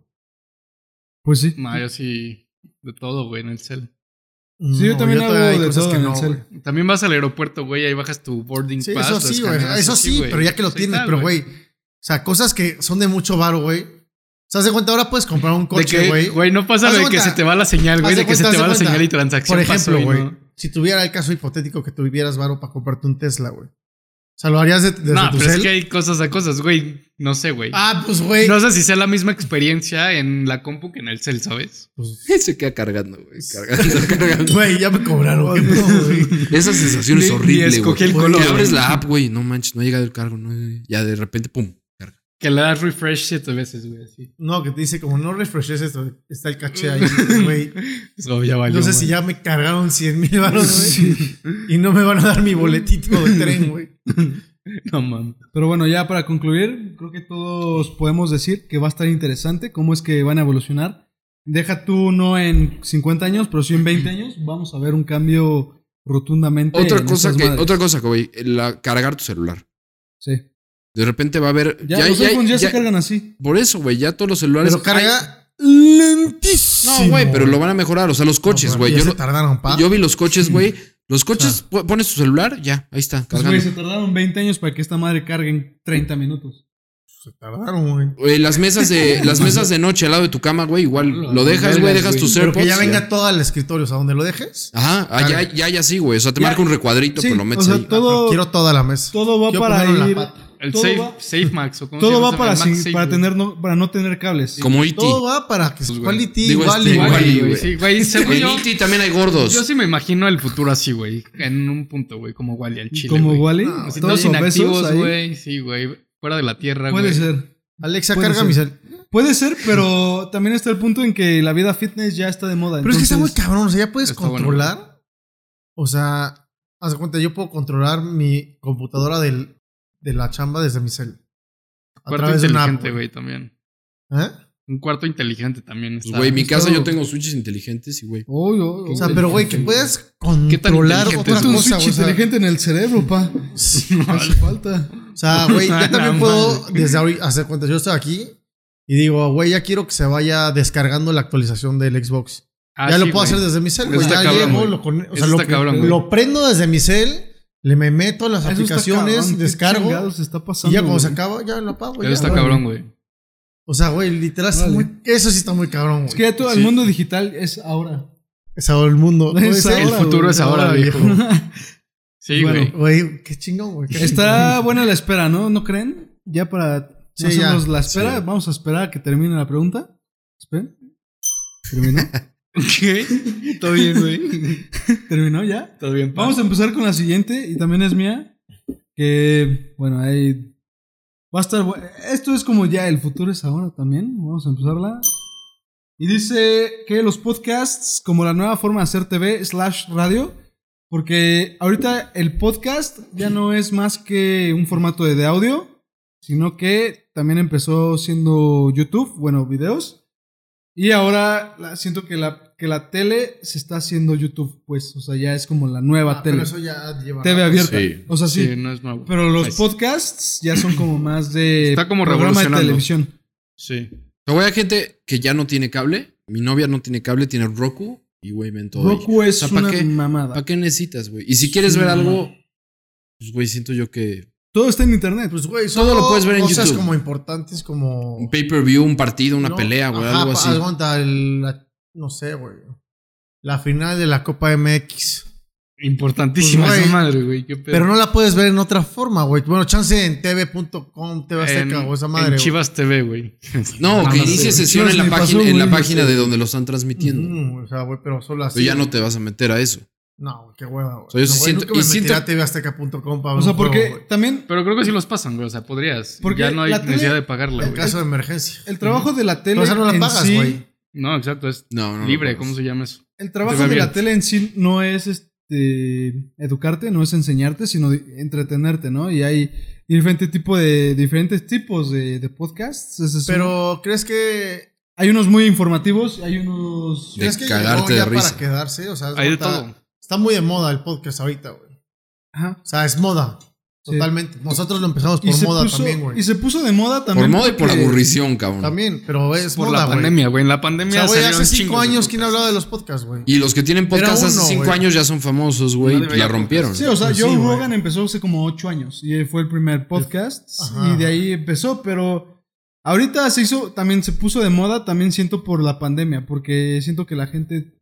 [SPEAKER 2] Pues sí.
[SPEAKER 3] No, yo sí... De todo, güey, en el cel.
[SPEAKER 2] Sí, yo
[SPEAKER 4] No,
[SPEAKER 2] también
[SPEAKER 4] todavía
[SPEAKER 2] hago
[SPEAKER 4] hay
[SPEAKER 2] de
[SPEAKER 4] cosas
[SPEAKER 2] todo
[SPEAKER 4] que
[SPEAKER 2] en el
[SPEAKER 4] no,
[SPEAKER 2] cel.
[SPEAKER 4] güey.
[SPEAKER 3] También vas al aeropuerto, güey, ahí bajas tu boarding
[SPEAKER 4] Sí,
[SPEAKER 3] pass.
[SPEAKER 4] eso
[SPEAKER 3] lo
[SPEAKER 4] sí, güey.
[SPEAKER 3] escaneas,
[SPEAKER 4] Eso
[SPEAKER 3] así,
[SPEAKER 4] sí, pero ya que lo
[SPEAKER 3] Ahí
[SPEAKER 4] tienes,
[SPEAKER 3] está,
[SPEAKER 4] pero güey. O sea, cosas que son de mucho varo, güey. O sea, haz de cuenta, ahora puedes comprar un
[SPEAKER 3] De
[SPEAKER 4] coche,
[SPEAKER 3] que,
[SPEAKER 4] güey.
[SPEAKER 3] güey, no pasa
[SPEAKER 4] Haz
[SPEAKER 3] de
[SPEAKER 4] de
[SPEAKER 3] que
[SPEAKER 4] cuenta.
[SPEAKER 3] se te va la señal, güey,
[SPEAKER 4] Haz de
[SPEAKER 3] de que se te
[SPEAKER 4] cuenta, haz
[SPEAKER 3] va
[SPEAKER 4] de
[SPEAKER 3] la
[SPEAKER 4] cuenta.
[SPEAKER 3] señal y transacción.
[SPEAKER 4] Por
[SPEAKER 3] pasó
[SPEAKER 4] ejemplo,
[SPEAKER 3] y
[SPEAKER 4] güey,
[SPEAKER 3] no.
[SPEAKER 4] si tuviera el caso hipotético que tuviera varo para comprarte un Tesla, güey. O sea, lo harías de- desde
[SPEAKER 3] No,
[SPEAKER 4] tu
[SPEAKER 3] pero es
[SPEAKER 4] cel.
[SPEAKER 3] que hay cosas a cosas, güey. No sé, güey.
[SPEAKER 4] Ah, pues, güey.
[SPEAKER 3] No sé si sea la misma experiencia en la compu que en el cel, ¿sabes?
[SPEAKER 4] Pues,
[SPEAKER 1] Se queda cargando, güey. Cargando, cargando.
[SPEAKER 4] Güey, ya me cobraron. güey.
[SPEAKER 1] Esa sensación es
[SPEAKER 3] Ni- ni
[SPEAKER 1] horrible,
[SPEAKER 3] escogí
[SPEAKER 1] güey.
[SPEAKER 3] el color,
[SPEAKER 1] Que abres
[SPEAKER 3] güey.
[SPEAKER 1] la app, güey. No manches, no ha llegado el cargo. No, ya de repente, pum. Carga.
[SPEAKER 3] Que le das refresh siete veces, güey. Así.
[SPEAKER 4] No, que te dice como no refreshes esto, está el caché ahí, güey.
[SPEAKER 3] Eso ya valió.
[SPEAKER 4] No sé
[SPEAKER 3] güey.
[SPEAKER 4] si ya me cargaron 100 mil baros, güey. Y no me van a dar mi boletito de tren, güey.
[SPEAKER 3] No mames.
[SPEAKER 2] Pero bueno, ya para concluir, creo que todos podemos decir que va a estar interesante cómo es que van a evolucionar. Deja tú no en 50 años, pero sí en 20 años vamos a ver un cambio rotundamente.
[SPEAKER 1] Otra
[SPEAKER 2] en
[SPEAKER 1] cosa,
[SPEAKER 2] estas
[SPEAKER 1] que,
[SPEAKER 2] madres.
[SPEAKER 1] otra cosa, güey. la- Cargar tu celular.
[SPEAKER 2] Sí.
[SPEAKER 1] De repente va a haber.
[SPEAKER 2] Ya, los iPhones ya, se cargan así.
[SPEAKER 1] Por eso, güey. Ya todos los celulares.
[SPEAKER 4] Pero
[SPEAKER 1] Ay,
[SPEAKER 4] carga lentísimo.
[SPEAKER 1] No, güey, pero lo van a mejorar. O sea, los coches,
[SPEAKER 4] No,
[SPEAKER 1] güey.
[SPEAKER 4] ya
[SPEAKER 1] yo,
[SPEAKER 4] se
[SPEAKER 1] lo-
[SPEAKER 4] tardaron, pa.
[SPEAKER 1] yo vi los coches, güey. Los coches, pu- pones tu celular, ya, ahí está,
[SPEAKER 2] Pues,
[SPEAKER 1] cargando.
[SPEAKER 2] güey, se tardaron 20 años para que esta madre cargue en 30 minutos.
[SPEAKER 4] Se tardaron, güey.
[SPEAKER 1] Güey, las mesas de las mesas de noche al lado de tu cama, güey, igual lo dejas, güey, dejas tus
[SPEAKER 4] Pero que
[SPEAKER 1] AirPods.
[SPEAKER 4] ya venga todo al escritorio, o sea, donde lo dejes.
[SPEAKER 1] Ajá, ah, ya, ya, ya sí, güey. O sea, te
[SPEAKER 2] Ya.
[SPEAKER 1] marca un recuadrito,
[SPEAKER 2] Sí,
[SPEAKER 1] pero lo
[SPEAKER 2] o
[SPEAKER 1] metes
[SPEAKER 2] sea,
[SPEAKER 1] ahí.
[SPEAKER 2] todo-
[SPEAKER 4] Pero Quiero toda la mesa.
[SPEAKER 2] Todo va
[SPEAKER 4] Quiero
[SPEAKER 2] para
[SPEAKER 4] ponerlo en la
[SPEAKER 2] ir.
[SPEAKER 4] pata.
[SPEAKER 3] El
[SPEAKER 2] todo
[SPEAKER 3] safe,
[SPEAKER 2] va-
[SPEAKER 3] safe Max o cómo se
[SPEAKER 2] Todo
[SPEAKER 3] llama
[SPEAKER 2] va
[SPEAKER 3] esa
[SPEAKER 2] para,
[SPEAKER 3] madre, Max
[SPEAKER 2] sin-
[SPEAKER 3] Safe,
[SPEAKER 2] para,
[SPEAKER 3] güey.
[SPEAKER 2] tener no, para no tener cables.
[SPEAKER 1] Como E E.T.
[SPEAKER 4] Todo va para que
[SPEAKER 1] Pues,
[SPEAKER 4] su
[SPEAKER 1] güey.
[SPEAKER 4] quality
[SPEAKER 1] Digo,
[SPEAKER 4] igual
[SPEAKER 1] este,
[SPEAKER 4] igual.
[SPEAKER 1] igual,
[SPEAKER 3] Igual,
[SPEAKER 1] güey.
[SPEAKER 3] güey. Sí, güey.
[SPEAKER 1] Güey,
[SPEAKER 3] según
[SPEAKER 1] En
[SPEAKER 3] yo-
[SPEAKER 1] E.T. también hay gordos.
[SPEAKER 3] Yo sí me imagino el futuro así, güey. En un punto, güey. Como Wally al chile.
[SPEAKER 2] Como
[SPEAKER 3] güey.
[SPEAKER 2] Wally.
[SPEAKER 4] No,
[SPEAKER 3] Así
[SPEAKER 2] todos
[SPEAKER 3] todos inactivos,
[SPEAKER 2] obesos ahí.
[SPEAKER 3] güey. Sí, güey. Fuera de la tierra, güey.
[SPEAKER 2] Puede ser.
[SPEAKER 4] Alexa,
[SPEAKER 2] Puede
[SPEAKER 4] carga
[SPEAKER 2] ser.
[SPEAKER 4] mi cel.
[SPEAKER 2] Puede ser, pero también está el punto en que la vida fitness ya está de moda.
[SPEAKER 4] Pero es que está muy
[SPEAKER 2] entonces-
[SPEAKER 4] cabrón, o sea, ya puedes
[SPEAKER 3] Está bueno,
[SPEAKER 4] controlar. o sea, haz de cuenta, yo puedo controlar mi computadora del, de la chamba desde mi cel. A
[SPEAKER 3] Cuarto
[SPEAKER 4] través de una app.
[SPEAKER 3] inteligente, güey, también.
[SPEAKER 4] ¿Eh?
[SPEAKER 3] Un cuarto inteligente también está.
[SPEAKER 1] Pues, güey, en mi
[SPEAKER 4] está-
[SPEAKER 1] casa yo tengo switches inteligentes y, güey.
[SPEAKER 2] Uy, uy,
[SPEAKER 4] O sea, pero güey, que puedas
[SPEAKER 3] ¿Qué tan
[SPEAKER 4] controlar
[SPEAKER 3] inteligente
[SPEAKER 4] otra
[SPEAKER 3] es un
[SPEAKER 4] cosa, güey, o sea,
[SPEAKER 2] en el cerebro, pa.
[SPEAKER 4] O
[SPEAKER 2] hace falta.
[SPEAKER 4] sea, güey,
[SPEAKER 3] A la
[SPEAKER 4] yo también puedo,
[SPEAKER 3] madre.
[SPEAKER 4] desde ahorita, hacer cuenta, yo estoy aquí y digo, güey, ya quiero que se vaya descargando la actualización del Xbox.
[SPEAKER 3] Ah,
[SPEAKER 4] ya lo
[SPEAKER 3] sí,
[SPEAKER 4] puedo
[SPEAKER 3] güey.
[SPEAKER 4] hacer desde mi cel,
[SPEAKER 3] Eso
[SPEAKER 4] güey.
[SPEAKER 3] está
[SPEAKER 4] Ya
[SPEAKER 3] cabrón,
[SPEAKER 4] llego,
[SPEAKER 3] güey.
[SPEAKER 4] lo, con- o
[SPEAKER 3] Eso
[SPEAKER 4] sea, lo,
[SPEAKER 3] está cabrón, güey.
[SPEAKER 4] lo prendo desde mi cel, le me meto a las
[SPEAKER 2] Eso está
[SPEAKER 4] aplicaciones,
[SPEAKER 2] cabrón, qué
[SPEAKER 4] descargo.
[SPEAKER 2] chingados está
[SPEAKER 4] Y
[SPEAKER 2] pasando,
[SPEAKER 4] ya cuando se
[SPEAKER 2] güey.
[SPEAKER 4] acaba, ya lo apago.
[SPEAKER 3] Pero
[SPEAKER 4] ya,
[SPEAKER 3] está
[SPEAKER 4] güey.
[SPEAKER 3] cabrón, güey.
[SPEAKER 4] O sea, güey, literal, está
[SPEAKER 2] Vale.
[SPEAKER 4] muy- eso sí está muy cabrón, güey.
[SPEAKER 2] Es que ya todo el
[SPEAKER 3] Sí.
[SPEAKER 2] mundo digital es ahora.
[SPEAKER 4] Es ahora el mundo.
[SPEAKER 2] Es
[SPEAKER 4] Puede ser.
[SPEAKER 2] ahora,
[SPEAKER 3] El futuro
[SPEAKER 2] güey,
[SPEAKER 3] es ahora,
[SPEAKER 4] ahora,
[SPEAKER 3] viejo.
[SPEAKER 4] viejo.
[SPEAKER 3] Sí,
[SPEAKER 2] Bueno,
[SPEAKER 3] güey.
[SPEAKER 4] Güey, qué chingón, güey. qué
[SPEAKER 2] Está buena la espera, ¿no? ¿No creen? Ya para
[SPEAKER 4] Sí,
[SPEAKER 2] más o
[SPEAKER 4] ya.
[SPEAKER 2] menos la espera.
[SPEAKER 4] Sí.
[SPEAKER 2] Vamos a esperar a que termine la pregunta. Esperen. ¿Terminó?
[SPEAKER 3] ¿Qué? Todo bien, güey.
[SPEAKER 2] ¿Terminó ya?
[SPEAKER 3] Todo bien, pa.
[SPEAKER 2] Vamos a empezar con la siguiente y también es mía. Que, bueno, ahí va a estar. bu- Esto es como ya el futuro es ahora también. Vamos a empezarla. Y dice que los podcasts, como la nueva forma de hacer TV slash radio, porque ahorita el podcast ya no es más que un formato de, de audio, sino que también empezó siendo YouTube, bueno, videos. Y ahora la- siento que la, que la tele se está haciendo YouTube, pues, o sea, ya es como la nueva
[SPEAKER 4] Ah,
[SPEAKER 2] tele.
[SPEAKER 4] pero eso ya lleva.
[SPEAKER 2] TV abierta.
[SPEAKER 1] Sí.
[SPEAKER 2] O sea, sí.
[SPEAKER 3] Sí, no es nuevo.
[SPEAKER 2] Pero los
[SPEAKER 3] Ahí sí.
[SPEAKER 2] podcasts ya son como más de
[SPEAKER 3] Está como
[SPEAKER 2] programa de
[SPEAKER 3] revolucionando.
[SPEAKER 2] televisión.
[SPEAKER 3] Sí.
[SPEAKER 1] O sea, güey, hay gente que ya no tiene cable. Mi novia no tiene cable, tiene Roku y, güey, ven todo. ahí.
[SPEAKER 2] Roku es
[SPEAKER 1] O sea, ¿pa'
[SPEAKER 2] una
[SPEAKER 1] qué?
[SPEAKER 2] mamada.
[SPEAKER 1] ¿Para qué necesitas, güey? Y si quieres ver algo, pues, güey, siento yo que
[SPEAKER 2] Todo está en internet.
[SPEAKER 4] Pues, güey,
[SPEAKER 1] Todo
[SPEAKER 4] solo
[SPEAKER 1] lo puedes ver en
[SPEAKER 4] cosas
[SPEAKER 1] YouTube.
[SPEAKER 4] como importantes como.
[SPEAKER 1] un pay-per-view, un partido, una
[SPEAKER 4] ¿no?
[SPEAKER 1] pelea, güey,
[SPEAKER 4] Ajá,
[SPEAKER 1] algo
[SPEAKER 4] pa-
[SPEAKER 1] así.
[SPEAKER 4] aguanta, el- la- no sé, güey. La final de la Copa MX.
[SPEAKER 3] Importantísima
[SPEAKER 4] Pues,
[SPEAKER 3] esa
[SPEAKER 4] güey.
[SPEAKER 3] madre, güey. Qué pedo.
[SPEAKER 4] Pero no la puedes ver en otra forma, güey. Bueno, chance en tv.com, TV Azteca
[SPEAKER 3] En-
[SPEAKER 4] o esa madre.
[SPEAKER 3] En
[SPEAKER 4] güey.
[SPEAKER 3] Chivas TV, güey.
[SPEAKER 1] No, que
[SPEAKER 3] no
[SPEAKER 1] inicie
[SPEAKER 3] sé.
[SPEAKER 1] sesión
[SPEAKER 2] Chivas
[SPEAKER 1] en la,
[SPEAKER 2] me pasó,
[SPEAKER 1] página, en la
[SPEAKER 2] güey,
[SPEAKER 1] página
[SPEAKER 2] sí.
[SPEAKER 1] de donde lo están transmitiendo.
[SPEAKER 4] Ujú, o sea, güey, pero solo así.
[SPEAKER 1] Pero ya no te vas a meter a eso.
[SPEAKER 4] No, güey, qué hueva, güey.
[SPEAKER 1] sea, yo sí
[SPEAKER 4] güey,
[SPEAKER 1] siento-
[SPEAKER 4] nunca me
[SPEAKER 1] y siento-
[SPEAKER 4] metería a tvazteca.com para ver
[SPEAKER 2] o sea,
[SPEAKER 4] un juego,
[SPEAKER 2] porque
[SPEAKER 4] güey.
[SPEAKER 2] también
[SPEAKER 3] Pero creo que sí los pasan, güey. O sea, podrías.
[SPEAKER 2] Porque
[SPEAKER 3] ya no hay
[SPEAKER 2] la tele-
[SPEAKER 3] necesidad de pagarla,
[SPEAKER 4] En
[SPEAKER 3] güey.
[SPEAKER 4] caso de emergencia.
[SPEAKER 2] el trabajo de la tele
[SPEAKER 4] Pero, o sea, no la
[SPEAKER 2] en
[SPEAKER 4] pagas,
[SPEAKER 2] sí,
[SPEAKER 4] güey.
[SPEAKER 3] No, exacto. Es
[SPEAKER 1] No, pues. no.
[SPEAKER 3] libre. ¿Cómo se llama eso?
[SPEAKER 2] el
[SPEAKER 3] Te
[SPEAKER 2] trabajo
[SPEAKER 3] va
[SPEAKER 2] de la
[SPEAKER 3] bien.
[SPEAKER 2] tele en sí no es este educarte, no es enseñarte, sino de- entretenerte, ¿no? Y hay diferente tipo de diferentes tipos de, de podcasts. Ese es un-
[SPEAKER 4] Pero, ¿crees que.
[SPEAKER 2] hay unos muy informativos, hay unos
[SPEAKER 1] De
[SPEAKER 4] ¿Crees que
[SPEAKER 1] cagarte
[SPEAKER 4] llegó ya
[SPEAKER 1] de risa.
[SPEAKER 4] para quedarse? O sea,
[SPEAKER 3] Hay de
[SPEAKER 4] está,
[SPEAKER 3] todo.
[SPEAKER 4] está muy de moda el podcast ahorita, güey.
[SPEAKER 2] Ajá.
[SPEAKER 4] O sea, es moda.
[SPEAKER 2] Sí.
[SPEAKER 4] Totalmente. Nosotros lo empezamos
[SPEAKER 2] Y
[SPEAKER 4] por
[SPEAKER 2] se
[SPEAKER 4] moda
[SPEAKER 2] puso-
[SPEAKER 4] también, güey.
[SPEAKER 2] Y se puso de moda
[SPEAKER 1] Por
[SPEAKER 2] también.
[SPEAKER 1] moda y por
[SPEAKER 2] porque-
[SPEAKER 1] aburrición, cabrón.
[SPEAKER 4] También, pero es
[SPEAKER 3] Por
[SPEAKER 4] moda,
[SPEAKER 3] la
[SPEAKER 4] güey.
[SPEAKER 3] pandemia, güey. En la
[SPEAKER 4] O
[SPEAKER 3] pandemia
[SPEAKER 4] sea, güey,
[SPEAKER 3] salieron
[SPEAKER 4] hace cinco
[SPEAKER 3] chingos de
[SPEAKER 4] años, ¿quién
[SPEAKER 3] podcasts.
[SPEAKER 4] hablaba de los podcasts, güey?
[SPEAKER 1] Y los que tienen podcast
[SPEAKER 4] Era
[SPEAKER 1] hace
[SPEAKER 4] uno,
[SPEAKER 1] cinco
[SPEAKER 4] güey.
[SPEAKER 1] años ya son famosos, güey.
[SPEAKER 3] No
[SPEAKER 1] pues la
[SPEAKER 3] debería
[SPEAKER 1] rompieron.
[SPEAKER 2] Sí, o sea,
[SPEAKER 4] Pues sí,
[SPEAKER 2] Joe
[SPEAKER 4] güey.
[SPEAKER 2] Rogan empezó hace como ocho años y fue el primer podcast
[SPEAKER 4] Ajá.
[SPEAKER 2] y de ahí empezó, pero ahorita se hizo, también se puso de moda, también siento por la pandemia, porque siento que la gente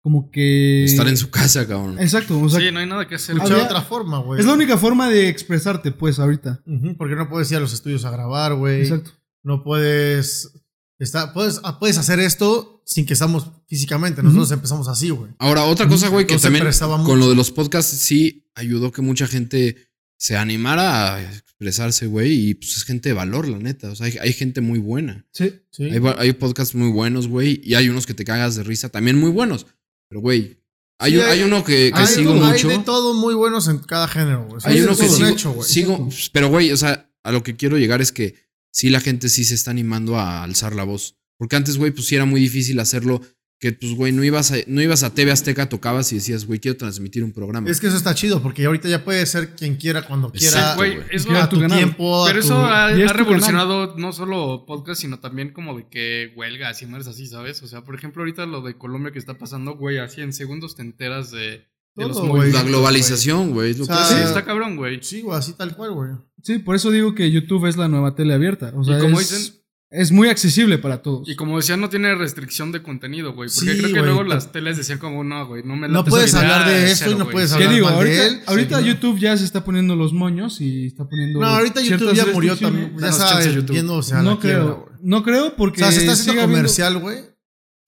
[SPEAKER 2] como que...
[SPEAKER 1] Estar en su casa,
[SPEAKER 4] Eh,
[SPEAKER 1] cabrón.
[SPEAKER 2] Exacto, o sea,
[SPEAKER 3] Sí, eh. no hay nada que hacer.
[SPEAKER 4] Escuchar
[SPEAKER 2] Había-
[SPEAKER 4] otra forma, güey.
[SPEAKER 2] es la única forma de expresarte, pues, ahorita.
[SPEAKER 4] Ujú, porque no puedes ir a los estudios a grabar, güey.
[SPEAKER 2] Exacto.
[SPEAKER 4] No puedes. Está, puedes, ah, puedes hacer esto sin que estamos físicamente. Nosotros empezamos así, güey.
[SPEAKER 1] Ahora, otra cosa, güey, que
[SPEAKER 4] Entonces
[SPEAKER 1] también
[SPEAKER 4] prestaba mucho.
[SPEAKER 1] con lo de los podcasts sí ayudó que mucha gente se animara a expresarse, güey. Y pues es gente de valor, la neta. O sea, hay, hay gente muy buena.
[SPEAKER 2] Sí.
[SPEAKER 4] Sí.
[SPEAKER 1] Hay, va- hay podcasts muy buenos, güey. Y hay unos que te cagas de risa, también muy buenos. Pero, güey, hay,
[SPEAKER 4] Sí,
[SPEAKER 1] un-
[SPEAKER 4] hay-
[SPEAKER 1] hay uno que, que
[SPEAKER 4] Hay,
[SPEAKER 1] sigo
[SPEAKER 4] hay
[SPEAKER 1] mucho.
[SPEAKER 4] de todo muy buenos en cada género, güey.
[SPEAKER 1] Hay
[SPEAKER 4] Eso
[SPEAKER 1] uno
[SPEAKER 4] es
[SPEAKER 1] Pues que
[SPEAKER 4] un
[SPEAKER 1] sigo,
[SPEAKER 4] hecho, güey.
[SPEAKER 1] sigo- pero güey, o sea, a lo que quiero llegar es que sí la gente sí se está animando a alzar la voz, porque antes, güey, pues sí era muy difícil hacerlo, que pues güey, no ibas a, no ibas a TV Azteca, tocabas y decías, güey, quiero transmitir un programa.
[SPEAKER 4] Es que eso está chido, porque ahorita ya puede ser quien quiera, cuando quiera.
[SPEAKER 1] Exacto,
[SPEAKER 3] güey,
[SPEAKER 1] güey.
[SPEAKER 3] eso-
[SPEAKER 4] a
[SPEAKER 2] Claro,
[SPEAKER 4] tu
[SPEAKER 2] tu canal.
[SPEAKER 4] tiempo. a
[SPEAKER 3] pero
[SPEAKER 4] tu-
[SPEAKER 3] eso ha,
[SPEAKER 2] y es
[SPEAKER 3] ha
[SPEAKER 2] tu
[SPEAKER 3] revolucionado no solo podcast, sino también como de que huelgas y madres así, ¿sabes? O sea, por ejemplo, ahorita lo de Colombia que está pasando, güey, así en segundos te enteras de, de
[SPEAKER 4] Todo,
[SPEAKER 3] los
[SPEAKER 4] güey.
[SPEAKER 3] movimientos,
[SPEAKER 1] la globalización, güey, es lo
[SPEAKER 4] O
[SPEAKER 1] que
[SPEAKER 4] sea,
[SPEAKER 3] güey. Sí,
[SPEAKER 1] es.
[SPEAKER 3] está cabrón, güey.
[SPEAKER 4] Sí, güey, así tal cual, güey.
[SPEAKER 2] Sí, por eso digo que YouTube es la nueva tele abierta. O sea,
[SPEAKER 3] Y como
[SPEAKER 2] es,
[SPEAKER 3] dicen-
[SPEAKER 2] es muy accesible para todos.
[SPEAKER 3] Y como decía, no tiene restricción de contenido, güey. Porque
[SPEAKER 4] Sí,
[SPEAKER 3] creo que
[SPEAKER 4] güey,
[SPEAKER 3] luego
[SPEAKER 4] te-
[SPEAKER 3] las teles decían como, no, güey, no me
[SPEAKER 4] No
[SPEAKER 3] late
[SPEAKER 4] puedes
[SPEAKER 3] esa idea,
[SPEAKER 4] hablar de esto
[SPEAKER 3] cero,
[SPEAKER 4] y no
[SPEAKER 3] güey".
[SPEAKER 4] puedes
[SPEAKER 2] ¿Qué
[SPEAKER 4] hablar
[SPEAKER 2] digo?
[SPEAKER 4] mal de
[SPEAKER 2] Ahorita,
[SPEAKER 4] él.
[SPEAKER 2] ahorita
[SPEAKER 4] Sí, no.
[SPEAKER 2] YouTube ya se está poniendo los moños y está poniendo.
[SPEAKER 4] No, ahorita YouTube
[SPEAKER 2] ciertas
[SPEAKER 4] ya murió
[SPEAKER 2] restricciones.
[SPEAKER 4] también. Ya
[SPEAKER 3] Danos
[SPEAKER 4] está
[SPEAKER 3] chance, YouTube.
[SPEAKER 4] yéndose a la
[SPEAKER 2] no
[SPEAKER 4] quiebra,
[SPEAKER 2] creo.
[SPEAKER 4] güey.
[SPEAKER 2] no creo
[SPEAKER 4] O
[SPEAKER 2] porque.
[SPEAKER 4] sea, se está
[SPEAKER 2] sigue
[SPEAKER 4] haciendo
[SPEAKER 2] habiendo-
[SPEAKER 4] comercial, güey.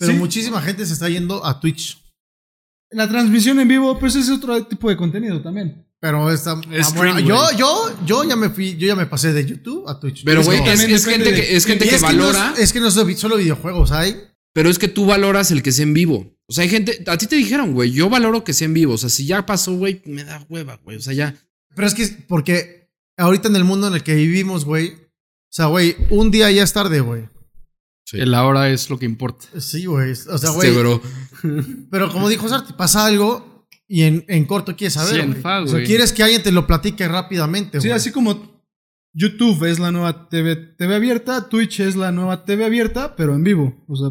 [SPEAKER 4] Pero
[SPEAKER 2] Sí.
[SPEAKER 4] muchísima gente se está yendo a Twitch.
[SPEAKER 2] La transmisión en vivo, pues es otro tipo de contenido también.
[SPEAKER 4] Pero está.
[SPEAKER 3] Es
[SPEAKER 4] ah, bueno,
[SPEAKER 3] stream,
[SPEAKER 4] yo,
[SPEAKER 3] güey.
[SPEAKER 4] yo, yo ya me fui, yo ya me pasé de YouTube a Twitch.
[SPEAKER 1] Pero güey,
[SPEAKER 4] como-
[SPEAKER 1] es,
[SPEAKER 2] también
[SPEAKER 1] es gente
[SPEAKER 2] depende de-
[SPEAKER 1] que es gente
[SPEAKER 4] Y
[SPEAKER 1] que
[SPEAKER 4] es
[SPEAKER 1] valora,
[SPEAKER 4] no es, es que no son vi- solo videojuegos, hay.
[SPEAKER 1] pero es que tú valoras el que sea en vivo. O sea, hay gente, a ti te dijeron, güey, yo valoro que sea en vivo. O sea, si ya pasó, güey, me da hueva, güey. O sea, ya.
[SPEAKER 4] Pero es que es porque ahorita en el mundo en el que vivimos, güey. O sea, güey, un día ya es tarde, güey.
[SPEAKER 3] El ahora es lo que importa.
[SPEAKER 4] Sí, güey. O sea,
[SPEAKER 1] Este,
[SPEAKER 4] güey.
[SPEAKER 1] bro.
[SPEAKER 4] pero como dijo Sarti, pasa algo y en, en corto quieres saber.
[SPEAKER 3] Sí, en
[SPEAKER 4] güey.
[SPEAKER 3] fa,
[SPEAKER 4] o sea,
[SPEAKER 3] güey.
[SPEAKER 4] quieres que alguien te lo platique rápidamente,
[SPEAKER 2] Sí,
[SPEAKER 4] güey.
[SPEAKER 2] así como YouTube es la nueva TV, TV abierta, Twitch es la nueva TV abierta, pero en vivo. O sea,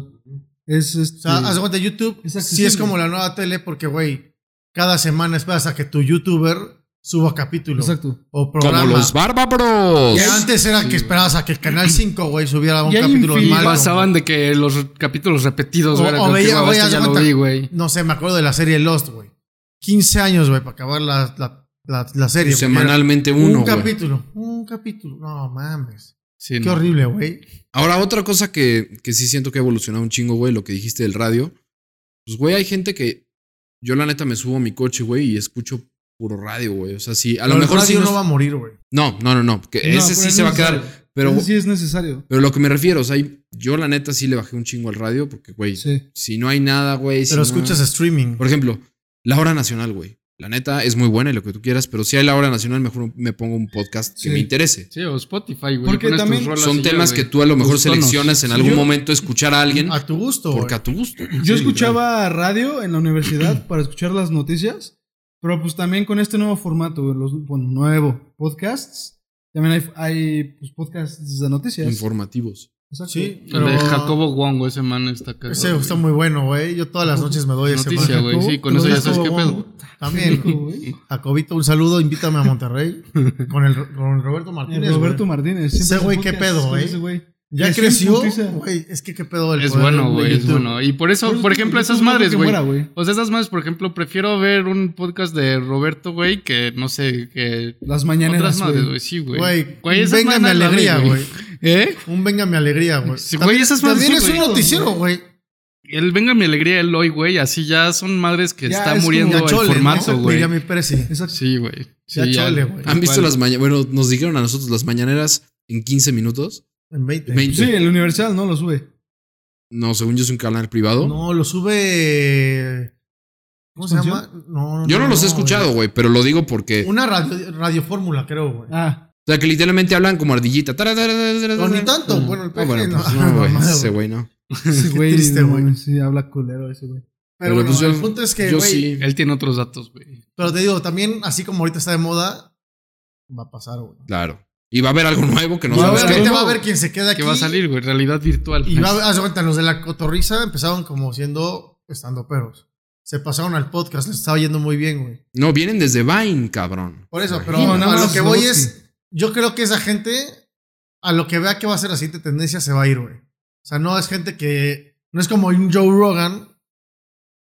[SPEAKER 2] es. Este,
[SPEAKER 4] O sea, haz de cuenta, YouTube
[SPEAKER 2] Es
[SPEAKER 4] sí es
[SPEAKER 2] accesible.
[SPEAKER 4] como la nueva tele porque, güey, cada semana esperas a que tu youtuber suba capítulo
[SPEAKER 2] Exacto.
[SPEAKER 4] o programa.
[SPEAKER 1] Como los bárbaros. pues,
[SPEAKER 4] Que antes era que esperabas a que el Canal 5, güey, subiera un
[SPEAKER 2] Y hay
[SPEAKER 4] capítulo
[SPEAKER 2] infinidad-
[SPEAKER 4] malo.
[SPEAKER 3] Pasaban de que los capítulos repetidos,
[SPEAKER 4] O-
[SPEAKER 3] güey. era
[SPEAKER 4] o
[SPEAKER 3] como que,
[SPEAKER 4] veía-
[SPEAKER 3] "Guau,
[SPEAKER 4] o
[SPEAKER 3] esto
[SPEAKER 4] veías
[SPEAKER 3] ya lo
[SPEAKER 4] cuenta-
[SPEAKER 3] vi, güey.
[SPEAKER 4] No sé, me acuerdo de la serie Lost, güey. 15 años, güey, para acabar la, la, la, la serie. porque
[SPEAKER 1] Semanalmente
[SPEAKER 4] era
[SPEAKER 1] uno,
[SPEAKER 4] Un
[SPEAKER 1] güey.
[SPEAKER 4] capítulo, un capítulo. No mames.
[SPEAKER 3] Sí,
[SPEAKER 4] Qué
[SPEAKER 3] no.
[SPEAKER 4] horrible, güey.
[SPEAKER 1] Ahora, otra cosa que, que sí siento que ha evolucionado un chingo, güey, lo que dijiste del radio. Pues, güey, hay gente que. Yo, la neta, me subo a mi coche, güey, y escucho puro radio, güey. O sea, sí, a lo
[SPEAKER 4] Pero
[SPEAKER 1] mejor
[SPEAKER 4] el
[SPEAKER 1] sí.
[SPEAKER 4] radio
[SPEAKER 1] No,
[SPEAKER 4] no va a morir, güey.
[SPEAKER 1] no, no, no, no, que
[SPEAKER 2] No,
[SPEAKER 1] ese
[SPEAKER 2] pero
[SPEAKER 1] sí
[SPEAKER 2] es
[SPEAKER 1] se va a
[SPEAKER 2] necesario.
[SPEAKER 1] quedar. Pero,
[SPEAKER 2] Ese sí es necesario.
[SPEAKER 1] pero lo que me refiero, o sea, yo, la neta, sí le bajé un chingo al radio, porque, güey,
[SPEAKER 2] Sí.
[SPEAKER 1] si no hay nada, güey. si
[SPEAKER 4] Pero
[SPEAKER 1] no-
[SPEAKER 4] escuchas streaming.
[SPEAKER 1] Por ejemplo, la hora nacional, güey. La neta es muy buena y lo que tú quieras, pero si hay la hora nacional, mejor me pongo un podcast
[SPEAKER 2] Sí.
[SPEAKER 1] que me interese.
[SPEAKER 3] Sí, o Spotify, güey.
[SPEAKER 2] Porque
[SPEAKER 3] pones tus
[SPEAKER 2] también
[SPEAKER 3] rolas y
[SPEAKER 1] Son
[SPEAKER 3] ya,
[SPEAKER 1] temas
[SPEAKER 3] güey.
[SPEAKER 1] que tú a lo mejor
[SPEAKER 3] Tus tonos.
[SPEAKER 1] seleccionas en
[SPEAKER 4] Sí,
[SPEAKER 1] algún
[SPEAKER 4] yo-
[SPEAKER 1] momento escuchar a alguien
[SPEAKER 4] A tu gusto, eh. güey.
[SPEAKER 1] porque a tu gusto.
[SPEAKER 2] Yo escuchaba radio en la universidad para escuchar las noticias, pero pues también con este nuevo formato, güey, los bueno, nuevo podcasts. También hay, hay pues, podcasts de noticias.
[SPEAKER 1] informativos.
[SPEAKER 2] Exacto.
[SPEAKER 4] Sí,
[SPEAKER 3] El
[SPEAKER 4] pero...
[SPEAKER 3] de Jacobo Wong, ese man está cagado.
[SPEAKER 4] Ese
[SPEAKER 3] güey.
[SPEAKER 4] está muy bueno, güey. Yo todas las noches me doy ese
[SPEAKER 3] Noticia,
[SPEAKER 4] man.
[SPEAKER 3] güey. Sí, con
[SPEAKER 2] Jacobo,
[SPEAKER 3] eso ya sabes qué
[SPEAKER 2] Jacobo
[SPEAKER 3] pedo.
[SPEAKER 2] Wong.
[SPEAKER 4] También. güey.
[SPEAKER 2] Güey.
[SPEAKER 4] Jacobito, un saludo. Invítame a Monterrey. con, el, con Roberto
[SPEAKER 2] El
[SPEAKER 4] Martínez.
[SPEAKER 2] Roberto
[SPEAKER 4] güey.
[SPEAKER 2] Martínez.
[SPEAKER 4] Ese
[SPEAKER 2] siempre hace
[SPEAKER 4] güey, qué
[SPEAKER 2] podcasts
[SPEAKER 4] pedo,
[SPEAKER 2] con
[SPEAKER 4] güey.
[SPEAKER 2] ese
[SPEAKER 4] Ya
[SPEAKER 2] Creció
[SPEAKER 4] creció.
[SPEAKER 2] en putiza.
[SPEAKER 4] Güey, es que qué pedo el
[SPEAKER 3] Es
[SPEAKER 4] poder
[SPEAKER 3] bueno,
[SPEAKER 4] de
[SPEAKER 3] güey. Es
[SPEAKER 4] YouTube.
[SPEAKER 3] bueno. Y por eso, por ejemplo, esas
[SPEAKER 2] YouTube no creo
[SPEAKER 3] madres,
[SPEAKER 2] que
[SPEAKER 3] güey.
[SPEAKER 2] muera,
[SPEAKER 3] O sea, esas madres, por ejemplo, prefiero ver un podcast de Roberto, güey, que no sé, que.
[SPEAKER 2] Las
[SPEAKER 3] Otras
[SPEAKER 2] mañaneras,
[SPEAKER 3] madres,
[SPEAKER 2] güey.
[SPEAKER 3] güey, sí, güey.
[SPEAKER 4] Güey,
[SPEAKER 3] esas
[SPEAKER 4] venga mi
[SPEAKER 3] madres la
[SPEAKER 4] alegría,
[SPEAKER 3] ven,
[SPEAKER 4] güey.
[SPEAKER 3] ¿Eh?
[SPEAKER 4] Un venga mi alegría, güey.
[SPEAKER 3] Sí,
[SPEAKER 4] También-
[SPEAKER 3] güey, esas madres
[SPEAKER 4] También
[SPEAKER 3] son
[SPEAKER 4] es un
[SPEAKER 3] buenas,
[SPEAKER 4] noticiero, güey.
[SPEAKER 3] El Venga mi alegría, el hoy, güey. Así ya son madres que
[SPEAKER 2] Ya
[SPEAKER 3] está
[SPEAKER 2] es como
[SPEAKER 3] muriendo
[SPEAKER 4] Ya
[SPEAKER 3] el
[SPEAKER 4] chole,
[SPEAKER 3] formato,
[SPEAKER 4] ¿no?
[SPEAKER 3] güey.
[SPEAKER 4] Diría mi Prezi.
[SPEAKER 2] Exacto.
[SPEAKER 3] Sí, güey. Sí,
[SPEAKER 4] Ya chole, güey.
[SPEAKER 1] ¿Han visto las mañaneras? Bueno, nos dijeron a nosotros las mañaneras en 15 minutos.
[SPEAKER 4] En 20.
[SPEAKER 1] 20.
[SPEAKER 2] Sí, el Universal no lo sube.
[SPEAKER 1] No, según yo es un canal privado.
[SPEAKER 4] No, lo sube. ¿Cómo se llama? No,
[SPEAKER 1] yo no, los he escuchado, güey, pero lo digo porque.
[SPEAKER 4] güey. Una radio, radio fórmula, creo, güey.
[SPEAKER 2] Ah,
[SPEAKER 1] O sea, que literalmente hablan como ardillita. Tara, tara, tara, tara,
[SPEAKER 4] No, Pues ni
[SPEAKER 1] tara.
[SPEAKER 4] tanto. Bueno, el
[SPEAKER 1] Ah, bueno,
[SPEAKER 4] peje,
[SPEAKER 1] pues
[SPEAKER 4] no.
[SPEAKER 1] no, güey.
[SPEAKER 4] Mamada,
[SPEAKER 1] Ese
[SPEAKER 4] güey.
[SPEAKER 1] güey no.
[SPEAKER 2] ese
[SPEAKER 4] Qué
[SPEAKER 2] güey.
[SPEAKER 4] triste,
[SPEAKER 2] no
[SPEAKER 4] güey.
[SPEAKER 2] mames, Sí, habla culero ese güey.
[SPEAKER 4] Pero
[SPEAKER 1] Pero,
[SPEAKER 4] bueno,
[SPEAKER 1] pues, yo-
[SPEAKER 4] el punto es que,
[SPEAKER 1] yo
[SPEAKER 4] güey,
[SPEAKER 1] sí.
[SPEAKER 3] Él tiene otros datos, güey.
[SPEAKER 4] Pero te digo, también, así como ahorita está de moda, va a pasar, güey.
[SPEAKER 1] Claro. Y va a haber algo nuevo que no
[SPEAKER 2] Va a
[SPEAKER 4] a
[SPEAKER 1] sabemos
[SPEAKER 2] haber
[SPEAKER 1] qué.
[SPEAKER 2] algo-
[SPEAKER 4] te va a ver quién se queda aquí.
[SPEAKER 3] Que va a salir, güey. Realidad virtual.
[SPEAKER 4] Y va a haz de cuenta, los de la cotorriza empezaron como siendo estando peros. Se pasaron al podcast, les estaba yendo muy bien, güey.
[SPEAKER 1] No, vienen desde Vine, cabrón.
[SPEAKER 4] Por eso, pero
[SPEAKER 2] Imagínate.
[SPEAKER 4] a
[SPEAKER 2] Nada
[SPEAKER 4] lo
[SPEAKER 2] más
[SPEAKER 4] que voy
[SPEAKER 2] Slotsky.
[SPEAKER 4] es, yo creo que esa gente, a lo que vea que va a ser la siguiente tendencia, se va a ir, güey. O sea, no es gente que, no es como un Joe Rogan,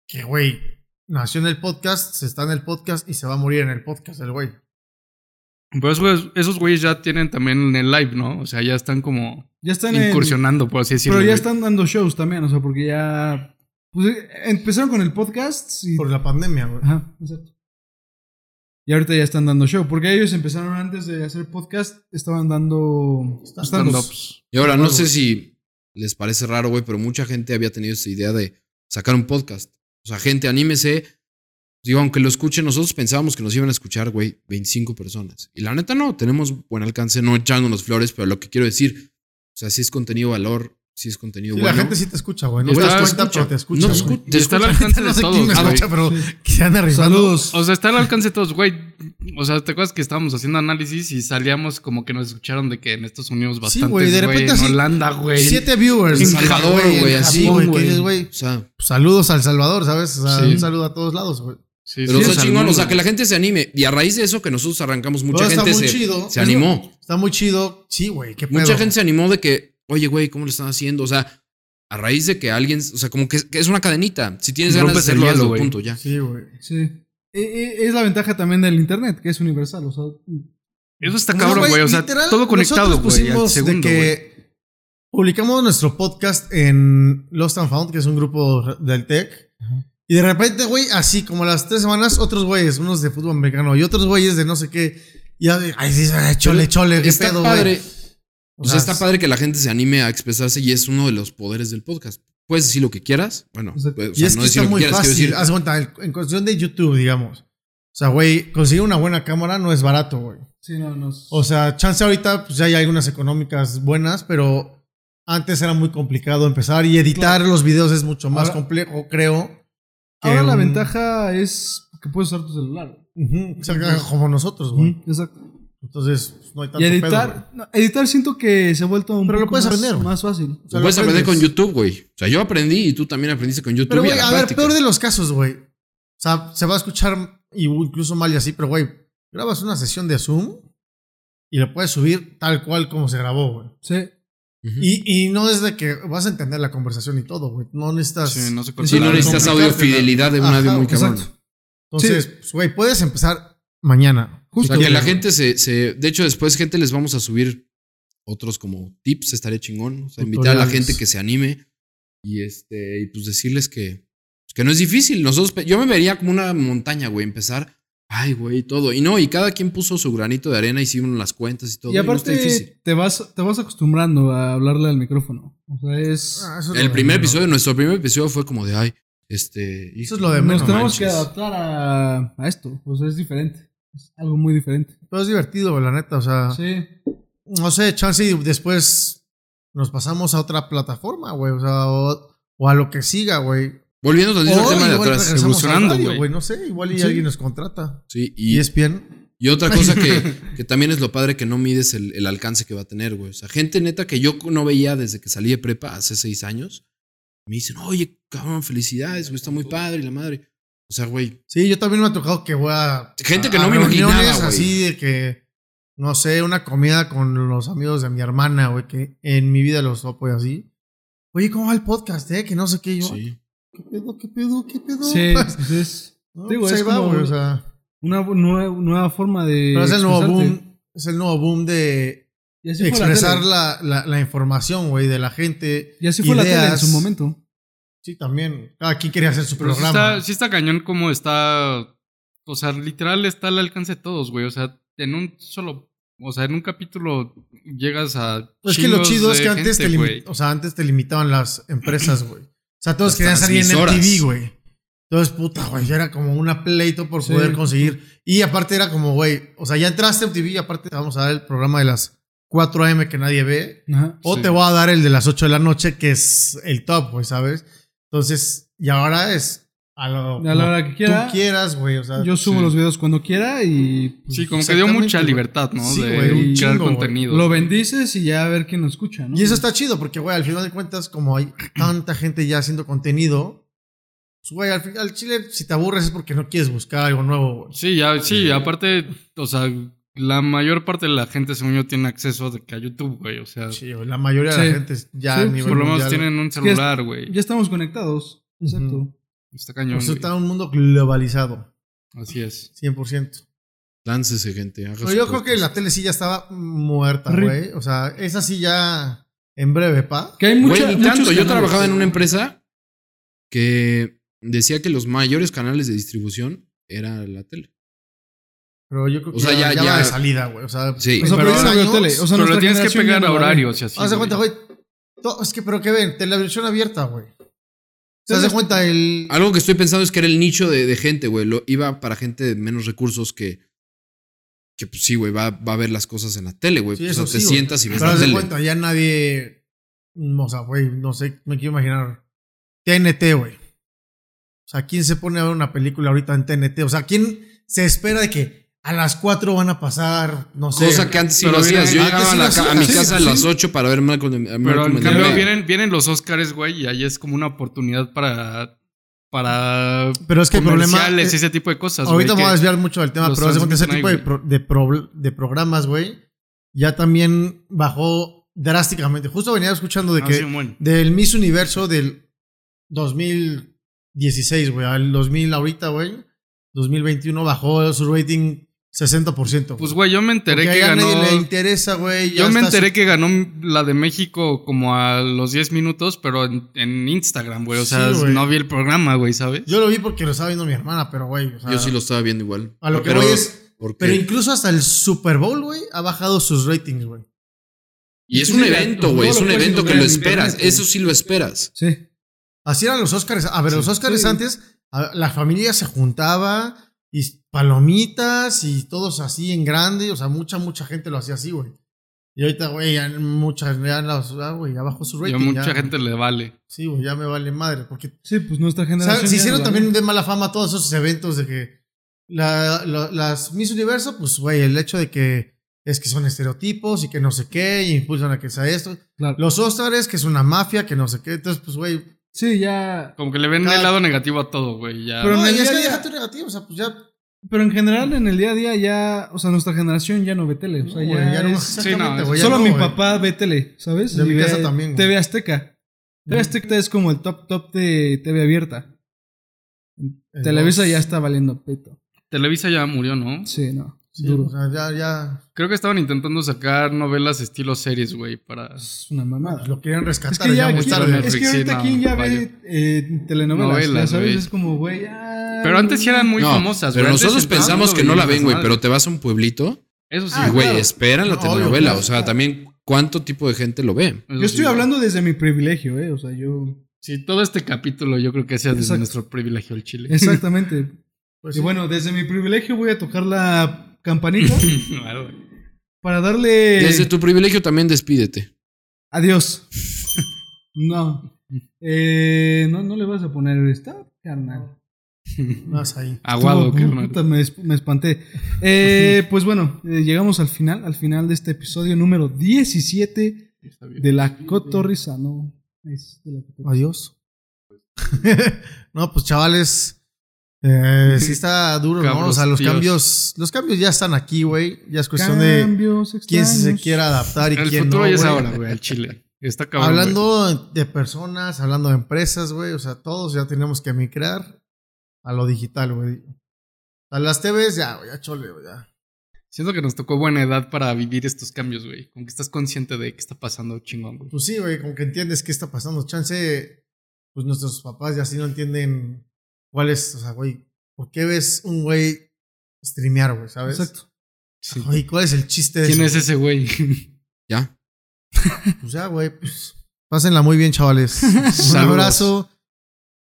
[SPEAKER 4] que, güey, nació en el podcast, se está en el podcast y se va a morir en el podcast el güey.
[SPEAKER 3] Pero esos güeyes, esos güeyes ya tienen también en el live, ¿no? O sea, ya están como
[SPEAKER 2] Ya están en-
[SPEAKER 3] incursionando, por así decirlo.
[SPEAKER 2] Pero ya
[SPEAKER 3] güey.
[SPEAKER 2] están dando shows también, o sea, porque ya. Pues eh, empezaron con el podcast y.
[SPEAKER 4] Por la pandemia, güey.
[SPEAKER 2] Ajá, exacto. Y ahorita ya están dando show, porque ellos empezaron antes de hacer podcast, estaban dando.
[SPEAKER 3] Stand-ups.
[SPEAKER 2] stand-ups.
[SPEAKER 1] Y ahora, no sé si les parece raro, güey, pero mucha gente había tenido esa idea de sacar un podcast. O sea, gente, anímese. Digo, aunque lo escuchen, nosotros pensábamos que nos iban a escuchar, güey, 25 personas. Y la neta no, tenemos buen alcance, no echándonos flores, pero lo que quiero decir, o sea, si es contenido valor, si es contenido
[SPEAKER 4] Sí,
[SPEAKER 1] bueno.
[SPEAKER 4] la gente sí te escucha, güey. No
[SPEAKER 1] Está-
[SPEAKER 4] te das cuenta,
[SPEAKER 1] escucha.
[SPEAKER 4] pero te escucha.
[SPEAKER 1] No
[SPEAKER 4] güey.
[SPEAKER 1] escu-
[SPEAKER 3] Y está al
[SPEAKER 4] La
[SPEAKER 3] alcance
[SPEAKER 4] gente
[SPEAKER 3] de
[SPEAKER 4] no sé
[SPEAKER 3] todos,
[SPEAKER 4] quién me
[SPEAKER 3] güey.
[SPEAKER 4] escucha, pero que se han arribado.
[SPEAKER 2] Saludos.
[SPEAKER 3] O sea, está al alcance de todos, güey. O sea, ¿te acuerdas que estábamos haciendo análisis y salíamos como que nos escucharon de que en Estados Unidos
[SPEAKER 4] Sí,
[SPEAKER 3] bastante,
[SPEAKER 4] güey, de repente
[SPEAKER 3] en
[SPEAKER 4] así,
[SPEAKER 3] Holanda, güey.
[SPEAKER 4] Siete viewers.
[SPEAKER 1] En Salvador, güey,
[SPEAKER 4] en
[SPEAKER 1] así,
[SPEAKER 4] Japón,
[SPEAKER 3] güey.
[SPEAKER 4] que dices, güey, pues,
[SPEAKER 1] O sea,
[SPEAKER 4] Saludos al Salvador, ¿sabes? O sea,
[SPEAKER 3] Sí.
[SPEAKER 4] un saludo a todos lados, güey.
[SPEAKER 3] Sí,
[SPEAKER 1] pero
[SPEAKER 3] sí,
[SPEAKER 1] está
[SPEAKER 3] al
[SPEAKER 1] chingón, o
[SPEAKER 3] mundo.
[SPEAKER 1] sea, que la gente se anime. Y a raíz de eso que nosotros arrancamos, mucha
[SPEAKER 4] Todo está
[SPEAKER 1] gente
[SPEAKER 4] muy
[SPEAKER 1] se,
[SPEAKER 4] chido.
[SPEAKER 1] se animó.
[SPEAKER 4] Está muy chido. Sí, güey, qué pedo.
[SPEAKER 1] Mucha gente se animó de que, oye, güey, ¿cómo lo están haciendo? O sea, a raíz de que alguien, o sea, como que, que es una cadenita. Si tienes ganas de
[SPEAKER 3] Rompes el
[SPEAKER 1] hacerlo,
[SPEAKER 3] hielo,
[SPEAKER 1] hazlo,
[SPEAKER 3] güey.
[SPEAKER 1] punto, ya.
[SPEAKER 4] Sí, güey.
[SPEAKER 2] Sí. E- e- Es la ventaja también del internet, que es universal, o sea.
[SPEAKER 3] Eso está
[SPEAKER 4] No,
[SPEAKER 3] cabrón,
[SPEAKER 4] güey,
[SPEAKER 3] güey. O sea,
[SPEAKER 4] literal,
[SPEAKER 3] todo conectado,
[SPEAKER 4] nosotros
[SPEAKER 3] güey. Al
[SPEAKER 4] pusimos
[SPEAKER 3] segundo,
[SPEAKER 4] de
[SPEAKER 3] güey.
[SPEAKER 4] que publicamos nuestro podcast en Lost and Found, que es un grupo del tech. Y de repente, güey, así como a las tres semanas, otros güeyes, unos de fútbol americano y otros güeyes de no sé qué. Ya, de, ay, sí, ay, chole, chole, qué
[SPEAKER 1] Está
[SPEAKER 4] pedo,
[SPEAKER 1] padre.
[SPEAKER 4] güey.
[SPEAKER 1] O sea, está padre que la gente se anime a expresarse y es uno de los poderes del podcast. Puedes decir lo que quieras. Bueno,
[SPEAKER 2] O sea,
[SPEAKER 1] pues, o
[SPEAKER 4] Y
[SPEAKER 1] sea,
[SPEAKER 4] es
[SPEAKER 1] no
[SPEAKER 4] que
[SPEAKER 1] decir
[SPEAKER 4] está
[SPEAKER 1] lo que
[SPEAKER 4] muy
[SPEAKER 1] quieras, quiero
[SPEAKER 4] fácil. Ah,
[SPEAKER 1] decir.
[SPEAKER 4] Haz cuenta, en- en cuestión de YouTube, digamos. O sea, güey, conseguir una buena cámara no es barato, güey.
[SPEAKER 2] Sí, no, nos.
[SPEAKER 4] O sea, chance ahorita pues ya hay algunas económicas buenas, pero antes era muy complicado empezar y editar los videos es mucho más
[SPEAKER 2] Ahora-
[SPEAKER 4] complejo, creo. que
[SPEAKER 2] Ahora la
[SPEAKER 4] un-
[SPEAKER 2] ventaja es que puedes usar tu celular.
[SPEAKER 4] Ujú, o sea, como nosotros, güey.
[SPEAKER 2] Exacto.
[SPEAKER 4] Entonces, pues, no hay tanto
[SPEAKER 2] Y
[SPEAKER 4] pedo, güey.
[SPEAKER 2] editar, no, editar siento que se ha vuelto un
[SPEAKER 4] Pero lo
[SPEAKER 2] poco
[SPEAKER 4] puedes
[SPEAKER 2] más,
[SPEAKER 4] aprender.
[SPEAKER 2] más fácil.
[SPEAKER 4] O sea, lo
[SPEAKER 1] puedes aprender con
[SPEAKER 4] aprendes.
[SPEAKER 1] YouTube, güey. O sea, yo aprendí y tú también aprendiste con YouTube.
[SPEAKER 4] Pero,
[SPEAKER 1] y
[SPEAKER 4] güey,
[SPEAKER 1] la
[SPEAKER 4] a ver,
[SPEAKER 1] práctica.
[SPEAKER 4] peor de los casos, güey. O sea, se va a escuchar y- incluso mal y así, pero, güey, grabas una sesión de Zoom y la puedes subir tal cual como se grabó, güey.
[SPEAKER 2] Sí.
[SPEAKER 1] Ujú.
[SPEAKER 4] Y, y no es de que vas a entender la conversación y todo, güey. No necesitas...
[SPEAKER 3] Sí, no se corta
[SPEAKER 1] Sí, no
[SPEAKER 3] nada.
[SPEAKER 1] necesitas audio
[SPEAKER 4] complicarte,
[SPEAKER 1] fidelidad de un
[SPEAKER 4] Ajá,
[SPEAKER 1] audio muy cabrón.
[SPEAKER 4] exacto. Entonces, pues, güey, puedes empezar mañana.
[SPEAKER 1] O sea,
[SPEAKER 4] Si
[SPEAKER 1] que la
[SPEAKER 4] quieres,
[SPEAKER 1] gente se, se- De hecho, después, gente, les vamos a subir otros como tips, estaría chingón. O sea, invitar a la
[SPEAKER 4] Tutoriales.
[SPEAKER 1] gente que se anime y este y pues decirles que, pues, que no es difícil. Nosotros, pe- yo me vería como una montaña, güey, empezar. Ay, güey, todo. Y no, y cada quien puso su granito de arena, hicieron las cuentas y todo.
[SPEAKER 2] Y
[SPEAKER 1] no está
[SPEAKER 2] aparte
[SPEAKER 1] difícil.
[SPEAKER 2] te vas te vas acostumbrando a hablarle al micrófono. O sea,
[SPEAKER 4] güey.
[SPEAKER 2] es
[SPEAKER 4] Ah, eso es lo
[SPEAKER 1] El
[SPEAKER 4] de
[SPEAKER 1] primer
[SPEAKER 4] menos.
[SPEAKER 1] episodio, nuestro primer episodio fue como de, ay, este.
[SPEAKER 4] Eso
[SPEAKER 1] hijo,
[SPEAKER 4] es lo de
[SPEAKER 2] nos
[SPEAKER 4] menos.
[SPEAKER 2] tenemos que
[SPEAKER 1] manches.
[SPEAKER 2] adaptar a, a esto, o sea, es diferente. Es algo muy diferente.
[SPEAKER 4] Pero es divertido, güey, la neta. O sea,
[SPEAKER 2] Sí.
[SPEAKER 4] no sé, chance y después nos pasamos a otra plataforma, güey. O sea, o, o a lo que siga, güey.
[SPEAKER 1] Volviendo
[SPEAKER 4] O
[SPEAKER 1] tantito al tema de
[SPEAKER 4] igual
[SPEAKER 1] atrás.
[SPEAKER 4] regresamos
[SPEAKER 3] evolucionando,
[SPEAKER 4] al radio,
[SPEAKER 3] güey.
[SPEAKER 4] güey. No sé, igual y
[SPEAKER 2] Sí.
[SPEAKER 4] alguien nos contrata. E
[SPEAKER 1] Sí, y,
[SPEAKER 4] Y es bien.
[SPEAKER 1] Y otra cosa que, que también es lo padre que no mides el, el alcance que va a tener, güey. O sea, gente neta que yo no veía desde que salí de prepa hace seis años, me dicen, oye, cabrón, felicidades, güey, está muy padre y la madre. O sea, güey,
[SPEAKER 4] Sí, yo también me ha tocado que voy a.
[SPEAKER 1] gente que
[SPEAKER 4] a
[SPEAKER 1] no me
[SPEAKER 4] reuniones
[SPEAKER 1] imaginaba, güey.
[SPEAKER 4] así de que. No sé, una comida con los amigos de mi hermana, güey, que en mi vida los topo y así. Oye, ¿cómo va el podcast, eh? Que no sé qué. Yo,
[SPEAKER 1] Sí.
[SPEAKER 4] ¿Qué pedo? ¿Qué pedo? ¿Qué pedo?
[SPEAKER 2] Sí, pues es
[SPEAKER 4] No,
[SPEAKER 2] Digo,
[SPEAKER 4] pues
[SPEAKER 2] es
[SPEAKER 4] ahí va,
[SPEAKER 2] como-
[SPEAKER 4] güey, o sea,
[SPEAKER 2] una bu- nueva, nueva forma de
[SPEAKER 4] pero es el nuevo
[SPEAKER 2] expresarte.
[SPEAKER 4] boom. Es el nuevo boom de
[SPEAKER 2] Y así fue la
[SPEAKER 4] expresar
[SPEAKER 2] tele.
[SPEAKER 4] la, la- la información, güey, de la gente.
[SPEAKER 2] Y así fue la tele en
[SPEAKER 4] ideas.
[SPEAKER 2] su momento.
[SPEAKER 4] Sí, también. Cada quien quería hacer su
[SPEAKER 3] Pero sí
[SPEAKER 4] programa.
[SPEAKER 3] está, sí está cañón como está. O sea, literal está al alcance de todos, güey. O sea, en un solo. O sea, en un capítulo llegas a.
[SPEAKER 4] Pues es que lo
[SPEAKER 3] chingos
[SPEAKER 4] chido es
[SPEAKER 3] de
[SPEAKER 4] que antes,
[SPEAKER 3] gente,
[SPEAKER 4] te limi-
[SPEAKER 3] güey.
[SPEAKER 4] o sea, antes te limitaban las empresas, güey. O sea, todos
[SPEAKER 1] Las
[SPEAKER 4] querían salir en
[SPEAKER 1] transmisoras.
[SPEAKER 4] MTV, güey. Entonces, puta, güey, ya era como una pleito por
[SPEAKER 2] Sí.
[SPEAKER 4] poder conseguir. Y aparte era como, güey, o sea, ya entraste a MTV y aparte te vamos a dar el programa de las 4 AM que nadie ve.
[SPEAKER 2] Ajá.
[SPEAKER 4] O
[SPEAKER 3] Sí.
[SPEAKER 4] te voy a dar el de las 8 de la noche, que es el top, güey, ¿sabes? Entonces, y ahora es a, lo,
[SPEAKER 2] A la hora que
[SPEAKER 4] que
[SPEAKER 2] quiera.
[SPEAKER 4] tú quieras, güey. O sea,
[SPEAKER 2] Yo subo
[SPEAKER 3] Sí.
[SPEAKER 2] los videos cuando quiera y pues,
[SPEAKER 3] Sí, como que dio
[SPEAKER 4] Exactamente,
[SPEAKER 3] mucha
[SPEAKER 4] güey.
[SPEAKER 3] libertad, ¿no?
[SPEAKER 4] Sí,
[SPEAKER 3] de
[SPEAKER 4] güey, un
[SPEAKER 3] crear
[SPEAKER 4] chingo, güey.
[SPEAKER 3] contenido.
[SPEAKER 2] lo bendices y ya a ver quién lo escucha, ¿no?
[SPEAKER 4] y eso está chido, porque, güey, al final de cuentas, como hay tanta gente ya haciendo contenido, pues, güey, al final, chile, si te aburres es porque no quieres buscar algo nuevo, güey.
[SPEAKER 3] Sí, ya, sí, aparte, o sea, la mayor parte de la gente, según yo, tiene acceso de que a YouTube, güey. O sea,
[SPEAKER 4] Sí, güey, la mayoría de
[SPEAKER 2] Sí.
[SPEAKER 4] la gente es ya
[SPEAKER 2] Sí,
[SPEAKER 4] a
[SPEAKER 2] pues,
[SPEAKER 4] nivel
[SPEAKER 3] por lo menos
[SPEAKER 4] mundial.
[SPEAKER 3] tienen
[SPEAKER 2] que
[SPEAKER 3] un
[SPEAKER 2] es-
[SPEAKER 3] celular, güey.
[SPEAKER 2] Ya estamos conectados. Exacto.
[SPEAKER 4] Ujú.
[SPEAKER 3] Está cañón.
[SPEAKER 4] Pues
[SPEAKER 3] güey.
[SPEAKER 4] está un mundo globalizado,
[SPEAKER 3] Así es.
[SPEAKER 4] 100%.
[SPEAKER 1] Láncese, gente. haga
[SPEAKER 4] No,
[SPEAKER 1] su
[SPEAKER 4] yo creo
[SPEAKER 1] podcast.
[SPEAKER 4] que la tele sí ya estaba muerta,
[SPEAKER 2] Rip.
[SPEAKER 4] güey. O sea, esa sí ya en breve, pa.
[SPEAKER 2] Que hay
[SPEAKER 1] Güey,
[SPEAKER 2] mucha,
[SPEAKER 1] ni
[SPEAKER 2] muchos
[SPEAKER 1] tanto. Yo
[SPEAKER 2] canales.
[SPEAKER 1] trabajaba en una em- empresa que decía que los mayores canales de distribución era la tele.
[SPEAKER 4] Pero yo creo que
[SPEAKER 1] O sea,
[SPEAKER 4] ya,
[SPEAKER 1] ya-
[SPEAKER 4] ya
[SPEAKER 1] ya-
[SPEAKER 4] va de salida, güey. Pues, O sea,
[SPEAKER 1] Sí.
[SPEAKER 2] O sea, pero,
[SPEAKER 4] Pero
[SPEAKER 2] yo no
[SPEAKER 4] ahora
[SPEAKER 2] veo
[SPEAKER 4] no,
[SPEAKER 2] tele. O sea,
[SPEAKER 3] Pero
[SPEAKER 2] nuestra
[SPEAKER 3] lo tienes que
[SPEAKER 2] generación ya
[SPEAKER 3] pegar
[SPEAKER 2] no
[SPEAKER 3] a
[SPEAKER 2] la ve.
[SPEAKER 3] horarios y así.
[SPEAKER 4] haz de
[SPEAKER 3] güey.
[SPEAKER 4] cuenta, güey. to- Es que, pero ¿qué ven? Televisión abierta, güey. ¿Se hace cuenta el.
[SPEAKER 1] Algo que estoy pensando es que era el nicho de, de gente, güey. Lo- Iba para gente de menos recursos que. Que pues sí, güey, va, va a ver las cosas en la tele, güey.
[SPEAKER 4] Sí,
[SPEAKER 1] Pues,
[SPEAKER 4] eso
[SPEAKER 1] o sea, te
[SPEAKER 4] sí, güey.
[SPEAKER 1] sientas y ves
[SPEAKER 4] Pero
[SPEAKER 1] la
[SPEAKER 4] haz de
[SPEAKER 1] tele.
[SPEAKER 4] cuenta, ya nadie. mm, O sea, güey, no sé, me quiero imaginar. TNT, güey. O sea, ¿quién se pone a ver una película ahorita en TNT? O sea, ¿quién se espera de que a las 4 van a pasar, no sé.
[SPEAKER 1] Cosa que antes sí
[SPEAKER 3] Pero
[SPEAKER 1] lo
[SPEAKER 3] mira,
[SPEAKER 1] hacías. Yo
[SPEAKER 4] antes
[SPEAKER 1] llegaba a,
[SPEAKER 4] sí
[SPEAKER 1] la
[SPEAKER 4] lo
[SPEAKER 1] ca- a
[SPEAKER 4] hacías,
[SPEAKER 1] mi
[SPEAKER 4] sí,
[SPEAKER 1] casa a
[SPEAKER 4] sí.
[SPEAKER 1] las 8 para ver Malcolm en- a
[SPEAKER 3] Pero
[SPEAKER 1] Malcolm
[SPEAKER 3] en
[SPEAKER 1] en
[SPEAKER 3] cambio
[SPEAKER 1] el medio.
[SPEAKER 3] vienen, vienen los Oscars, güey, y ahí es como una oportunidad para. Para.
[SPEAKER 4] Pero es que el problema.
[SPEAKER 3] comerciales y
[SPEAKER 4] eh,
[SPEAKER 3] ese tipo de cosas.
[SPEAKER 4] ahorita me
[SPEAKER 3] güey,
[SPEAKER 4] voy a
[SPEAKER 3] que-
[SPEAKER 4] desviar mucho del tema,
[SPEAKER 3] los
[SPEAKER 4] pero haz de cuenta, ese
[SPEAKER 3] transmiten
[SPEAKER 4] tipo
[SPEAKER 3] ahí,
[SPEAKER 4] de, pro- de, pro- de programas, güey, ya también bajó drásticamente. Justo venía escuchando de
[SPEAKER 3] Ah,
[SPEAKER 4] que
[SPEAKER 3] sí, bueno.
[SPEAKER 4] del Miss Universo del 2016, güey, al 2000 ahorita, güey, 2021 bajó su rating 60%.
[SPEAKER 3] Pues, güey, yo me enteré
[SPEAKER 4] Porque
[SPEAKER 3] que
[SPEAKER 4] a
[SPEAKER 3] ganó.
[SPEAKER 4] nadie le interesa, güey. ya
[SPEAKER 3] Yo me
[SPEAKER 4] está
[SPEAKER 3] enteré
[SPEAKER 4] su-
[SPEAKER 3] que ganó la de México como a los 10 minutos, pero en, en Instagram, güey. O
[SPEAKER 4] Sí,
[SPEAKER 3] sea,
[SPEAKER 4] güey.
[SPEAKER 3] no vi el programa, güey, ¿sabes?
[SPEAKER 4] Yo lo vi porque lo estaba viendo mi hermana, pero, güey, o sea,
[SPEAKER 1] Yo sí lo estaba viendo igual.
[SPEAKER 4] Ah. a lo que
[SPEAKER 1] Pero-
[SPEAKER 4] voy es...
[SPEAKER 1] porque-
[SPEAKER 4] Pero incluso hasta el Super Bowl, güey, ha bajado sus ratings, güey.
[SPEAKER 1] y es
[SPEAKER 2] Sí,
[SPEAKER 1] un
[SPEAKER 2] sí,
[SPEAKER 1] evento,
[SPEAKER 2] todo
[SPEAKER 1] güey.
[SPEAKER 2] lo
[SPEAKER 1] Es un
[SPEAKER 2] puedes
[SPEAKER 1] evento que
[SPEAKER 2] encontrar
[SPEAKER 1] lo
[SPEAKER 2] en
[SPEAKER 1] esperas.
[SPEAKER 2] internet,
[SPEAKER 1] Eso sí lo esperas.
[SPEAKER 2] Sí.
[SPEAKER 4] Así eran los Óscares. A ver, los Óscares
[SPEAKER 2] Sí.
[SPEAKER 4] antes, a- la familia se juntaba y palomitas y todos así en grande. O sea, mucha, mucha gente lo hacía así, güey. Y ahorita, güey, ya muchas, ya, las- ah, güey, ya bajó su
[SPEAKER 3] Y
[SPEAKER 4] rating.
[SPEAKER 3] a mucha
[SPEAKER 4] ya.
[SPEAKER 3] gente le vale.
[SPEAKER 4] Sí, güey, ya me vale madre. Porque
[SPEAKER 2] Sí, pues nuestra generación.
[SPEAKER 4] ¿sabes? se
[SPEAKER 2] ya
[SPEAKER 4] hicieron
[SPEAKER 2] no la
[SPEAKER 4] también
[SPEAKER 2] ve.
[SPEAKER 4] de mala fama todos esos eventos de que la- la- las Miss Universo, pues, güey, el hecho de que es que son estereotipos y que no sé qué, y impulsan a que sea esto.
[SPEAKER 2] Claro.
[SPEAKER 4] Los Óscares, que es una mafia, que no sé qué. Entonces, pues, güey,
[SPEAKER 2] Sí, ya.
[SPEAKER 3] Como que le ven
[SPEAKER 4] Cada-
[SPEAKER 3] el lado negativo a todo, güey. Ya.
[SPEAKER 2] Pero
[SPEAKER 4] no,
[SPEAKER 2] en el
[SPEAKER 4] y es
[SPEAKER 2] día
[SPEAKER 4] que
[SPEAKER 2] a día-
[SPEAKER 4] deja tu negativo, o sea, pues ya
[SPEAKER 2] Pero en general, en el día a día, ya. O sea, nuestra generación ya no ve tele. O sea,
[SPEAKER 4] No,
[SPEAKER 2] ya.
[SPEAKER 4] güey, ya no,
[SPEAKER 2] es-
[SPEAKER 4] exactamente,
[SPEAKER 3] no,
[SPEAKER 4] güey, ya
[SPEAKER 2] Solo
[SPEAKER 4] no,
[SPEAKER 2] mi
[SPEAKER 4] güey.
[SPEAKER 2] papá ve tele, ¿sabes?
[SPEAKER 4] De mi
[SPEAKER 2] ve
[SPEAKER 4] casa también, güey.
[SPEAKER 2] TV Azteca. TV Azteca es como el top top de TV abierta.
[SPEAKER 4] El
[SPEAKER 2] Televisa
[SPEAKER 4] dos.
[SPEAKER 2] ya está valiendo pito.
[SPEAKER 3] Televisa ya murió, ¿no?
[SPEAKER 2] Sí, no.
[SPEAKER 4] Sí,
[SPEAKER 2] duro.
[SPEAKER 4] o sea, ya, ya.
[SPEAKER 3] Creo que estaban intentando sacar novelas estilo series, güey, para
[SPEAKER 2] es una mamada.
[SPEAKER 4] Lo querían rescatar.
[SPEAKER 2] Es que ya,
[SPEAKER 4] muy
[SPEAKER 2] aquí-
[SPEAKER 4] tarde.
[SPEAKER 2] es que ahorita
[SPEAKER 3] Sí, no,
[SPEAKER 2] aquí ya ve
[SPEAKER 3] vaya.
[SPEAKER 2] eh, telenovelas,
[SPEAKER 3] Novelas,
[SPEAKER 2] ya ¿sabes?
[SPEAKER 3] güey.
[SPEAKER 2] Es como, güey, ya...
[SPEAKER 3] Pero antes sí eran muy
[SPEAKER 1] No,
[SPEAKER 3] famosas,
[SPEAKER 1] pero
[SPEAKER 3] güey. Antes
[SPEAKER 1] nosotros
[SPEAKER 3] el pueblo
[SPEAKER 1] pensamos que no la ven, güey.
[SPEAKER 3] madre.
[SPEAKER 1] Pero te vas a un pueblito
[SPEAKER 3] Eso sí,
[SPEAKER 1] y, güey,
[SPEAKER 2] claro.
[SPEAKER 1] esperan la
[SPEAKER 4] No, Ah, obvio,
[SPEAKER 1] telenovela.
[SPEAKER 4] claro,
[SPEAKER 1] o sea,
[SPEAKER 4] claro.
[SPEAKER 1] también cuánto tipo de gente lo ve.
[SPEAKER 3] Eso
[SPEAKER 2] Yo estoy
[SPEAKER 3] sí,
[SPEAKER 2] hablando desde mi privilegio, ¿eh? O sea, yo...
[SPEAKER 3] Sí, todo este capítulo yo creo que sea desde
[SPEAKER 2] Exacto.
[SPEAKER 3] nuestro privilegio el Chile.
[SPEAKER 2] Exactamente.
[SPEAKER 4] Pues
[SPEAKER 2] y
[SPEAKER 4] sí.
[SPEAKER 2] bueno, desde mi privilegio voy a tocar la campanita
[SPEAKER 3] Claro, güey.
[SPEAKER 2] para darle...
[SPEAKER 1] Desde tu privilegio también despídete.
[SPEAKER 2] Adiós. no. Eh, no. No le vas a poner esta, carnal.
[SPEAKER 4] Más ahí.
[SPEAKER 3] Aguado,
[SPEAKER 2] Estuvo-
[SPEAKER 3] carnal.
[SPEAKER 2] puta, me, esp- me espanté. Eh, pues bueno, eh, llegamos al final, al final de este episodio número 17
[SPEAKER 3] Está bien.
[SPEAKER 2] de la cotorriza, ¿no? Es de la cotorriza.
[SPEAKER 4] Adiós. no, pues chavales. eh, sí está duro, ¿no? O sea, los
[SPEAKER 3] Cabros,
[SPEAKER 4] cambios. Los cambios ya están aquí, güey. Ya es cuestión de
[SPEAKER 2] Cambios
[SPEAKER 4] quién se
[SPEAKER 2] extraños.
[SPEAKER 4] quiera adaptar y
[SPEAKER 3] El
[SPEAKER 4] quién
[SPEAKER 3] futuro
[SPEAKER 4] no.
[SPEAKER 3] ya es
[SPEAKER 4] güey.
[SPEAKER 3] ahora, güey, al Chile. Está acabando.
[SPEAKER 4] Hablando de personas, hablando de empresas, güey. O sea, todos ya tenemos que migrar a lo digital, güey. A las TVs ya, güey, ya chole, güey. ya.
[SPEAKER 3] Siento que nos tocó buena edad para vivir estos cambios, güey. Como que estás consciente de que está pasando chingón, güey.
[SPEAKER 4] Pues sí, güey, como que entiendes qué está pasando. Chance, pues nuestros papás ya sí no entienden cuál es, o sea, güey, ¿por qué ves un güey streamear, güey, sabes?
[SPEAKER 2] Exacto.
[SPEAKER 3] Sí.
[SPEAKER 4] Güey, ¿cuál es el chiste de
[SPEAKER 2] Pues,
[SPEAKER 3] ¿Quién
[SPEAKER 4] eso?
[SPEAKER 3] es ese güey?
[SPEAKER 1] Ya.
[SPEAKER 4] Pues ya, güey, pues pásenla muy bien, chavales. un
[SPEAKER 3] Saludos.
[SPEAKER 4] abrazo.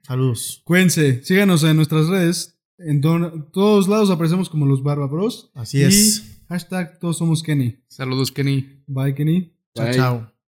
[SPEAKER 4] Saludos.
[SPEAKER 2] Cuídense, síganos en nuestras redes. En don- todos lados aparecemos como los Barbabros.
[SPEAKER 4] Así es.
[SPEAKER 2] Hashtag todos somos Kenny.
[SPEAKER 3] Saludos, Kenny.
[SPEAKER 2] Bye, Kenny.
[SPEAKER 4] Chao,
[SPEAKER 1] Bye.
[SPEAKER 4] chao.